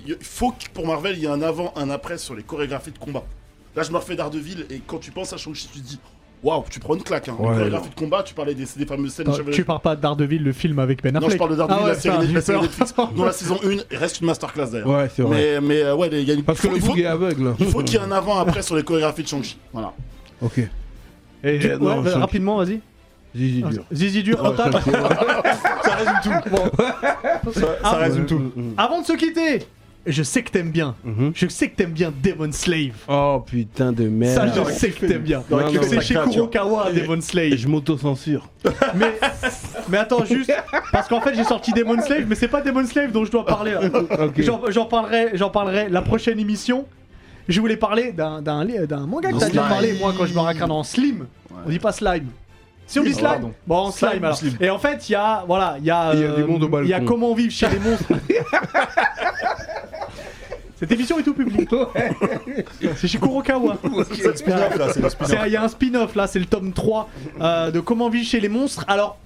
Speaker 6: il faut que pour Marvel, il y ait un avant, un après sur les chorégraphies de combat. Là, je me refais Daredevil, et quand tu penses à Shang-Chi, tu te dis, waouh, tu prends une claque. Hein.
Speaker 3: Ouais,
Speaker 6: les chorégraphies de combat, tu parlais des, des fameuses scènes.
Speaker 1: Attends,
Speaker 6: de
Speaker 1: Tu parles pas de Daredevil, le film avec Ben
Speaker 6: Non,
Speaker 1: Affleck.
Speaker 6: je parle de Daredevil,
Speaker 1: Ah ouais,
Speaker 6: la série,
Speaker 1: putain,
Speaker 6: Netflix, la
Speaker 1: j'ai
Speaker 6: série
Speaker 1: peur.
Speaker 6: Netflix. dont la saison 1 il reste une masterclass d'ailleurs.
Speaker 3: Ouais, c'est vrai.
Speaker 6: mais, mais euh, ouais, il y a une.
Speaker 3: Parce que
Speaker 6: il
Speaker 3: le
Speaker 6: faut-
Speaker 3: bouc est aveugle.
Speaker 6: il faut qu'il y ait un avant après sur les chorégraphies de Shang-Chi. Voilà.
Speaker 3: Ok.
Speaker 1: Et-
Speaker 3: Du-
Speaker 1: ouais,
Speaker 3: non,
Speaker 1: bah,
Speaker 3: Shang-Chi.
Speaker 1: rapidement, vas-y.
Speaker 3: Zizi dur.
Speaker 1: Zizi dur,
Speaker 3: Ouais,
Speaker 1: Hota.
Speaker 3: Shang-Chi, ouais.
Speaker 1: Ça résume tout.
Speaker 6: Ça résume tout.
Speaker 1: Euh,
Speaker 3: Mm, mm.
Speaker 1: Avant de se quitter, je sais que t'aimes bien.
Speaker 3: Mhm.
Speaker 1: Je sais que t'aimes bien Demon Slave.
Speaker 3: Oh putain de merde.
Speaker 1: Ça, je sais que t'aimes bien.
Speaker 3: Non, non,
Speaker 1: C'est
Speaker 3: non,
Speaker 1: chez
Speaker 2: non,
Speaker 1: Kurokawa, Demon
Speaker 3: Et
Speaker 1: Slave.
Speaker 3: je m'auto-censure.
Speaker 1: Mais, mais attends, juste, parce qu'en fait, j'ai sorti Demon Slave, mais c'est pas Demon Slave dont je dois parler là.
Speaker 3: Ok.
Speaker 1: J'en j'en parlerai, j'en parlerai la prochaine émission. Je voulais parler d'un d'un li- d'un manga que
Speaker 6: Dans
Speaker 1: t'as déjà
Speaker 6: Slime.
Speaker 1: parlé, moi, quand je me raconte en Slim. On dit pas slime. Si on dit
Speaker 2: Ah,
Speaker 1: slime,
Speaker 2: pardon.
Speaker 1: bon, en slime,
Speaker 2: Slime ou
Speaker 1: alors.
Speaker 2: slime.
Speaker 1: Et en fait, il y a, voilà, il y a, euh,
Speaker 3: Il y a du monde au
Speaker 1: il y a
Speaker 3: balcon.
Speaker 1: comment vivre chez les monstres. Cette émission est tout public. C'est chez Kurokawa.
Speaker 6: C'est le spin-off là, c'est le spin-off.
Speaker 1: C'est- Il y a un spin-off là, c'est le tome 3 euh, de Comment vivre chez les monstres. Alors,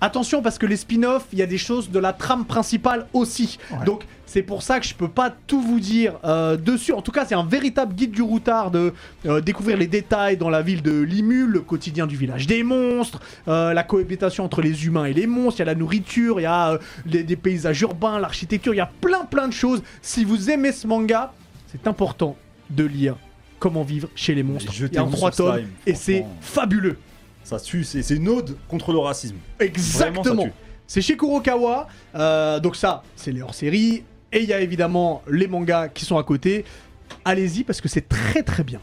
Speaker 1: attention parce que les spin-offs, il y a des choses de la trame principale aussi. Donc, c'est pour ça que je peux pas tout vous dire euh, dessus. En tout cas, c'est un véritable guide du routard de euh, découvrir les détails dans la ville de Limul, le quotidien du village des monstres, euh, la cohabitation entre les humains et les monstres, il y a la nourriture, il y a euh, les- des paysages urbains, l'architecture, il y a plein plein de choses. Si vous aimez ce manga, c'est important de lire Comment vivre chez les monstres. Il y a
Speaker 2: jetez-vous
Speaker 1: en trois
Speaker 2: sur
Speaker 1: tomes
Speaker 2: Slime,
Speaker 1: et c'est
Speaker 2: franchement.
Speaker 1: fabuleux.
Speaker 2: Ça tue, c'est c'est une ode contre le racisme.
Speaker 1: Exactement.
Speaker 2: Vraiment, ça tue.
Speaker 1: C'est chez Kurokawa. euh, donc ça, c'est les hors-séries. Et il y a évidemment les mangas qui sont à côté. Allez-y parce que c'est très très bien.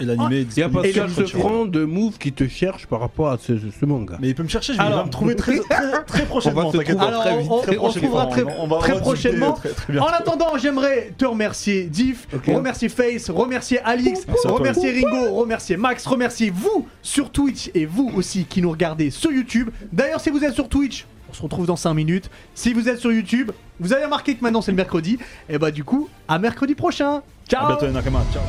Speaker 2: Et l'animé est
Speaker 3: Il y a
Speaker 2: disponible
Speaker 3: pas
Speaker 2: sur
Speaker 3: seul ce
Speaker 2: Crunchyroll.
Speaker 3: franc de move qui te cherche par rapport à ce, ce manga.
Speaker 2: Mais il peut me chercher, je vais
Speaker 1: Alors-
Speaker 2: va me trouver très, très, très prochainement.
Speaker 3: On va se
Speaker 2: t'inquiète pas.
Speaker 1: Alors,
Speaker 3: très vite,
Speaker 1: on,
Speaker 2: très
Speaker 1: on se retrouvera très,
Speaker 2: prochainement. On va- on va
Speaker 1: très
Speaker 2: discuter
Speaker 1: prochainement.
Speaker 2: très, très bien.
Speaker 1: En attendant, j'aimerais te remercier, Diff, remercier Face, remercier Alix,
Speaker 2: Merci à toi,
Speaker 1: remercier Ringo, remercier Max, remercier vous sur Twitch et vous aussi qui nous regardez sur YouTube. D'ailleurs, si vous êtes sur Twitch, on se retrouve dans 5 minutes. Si vous êtes sur YouTube, eh ben, vous avez remarqué que maintenant c'est le mercredi. Et bah, du coup, à mercredi prochain. Ciao!
Speaker 2: Ah, À bientôt, les Nakama. hein. Ciao.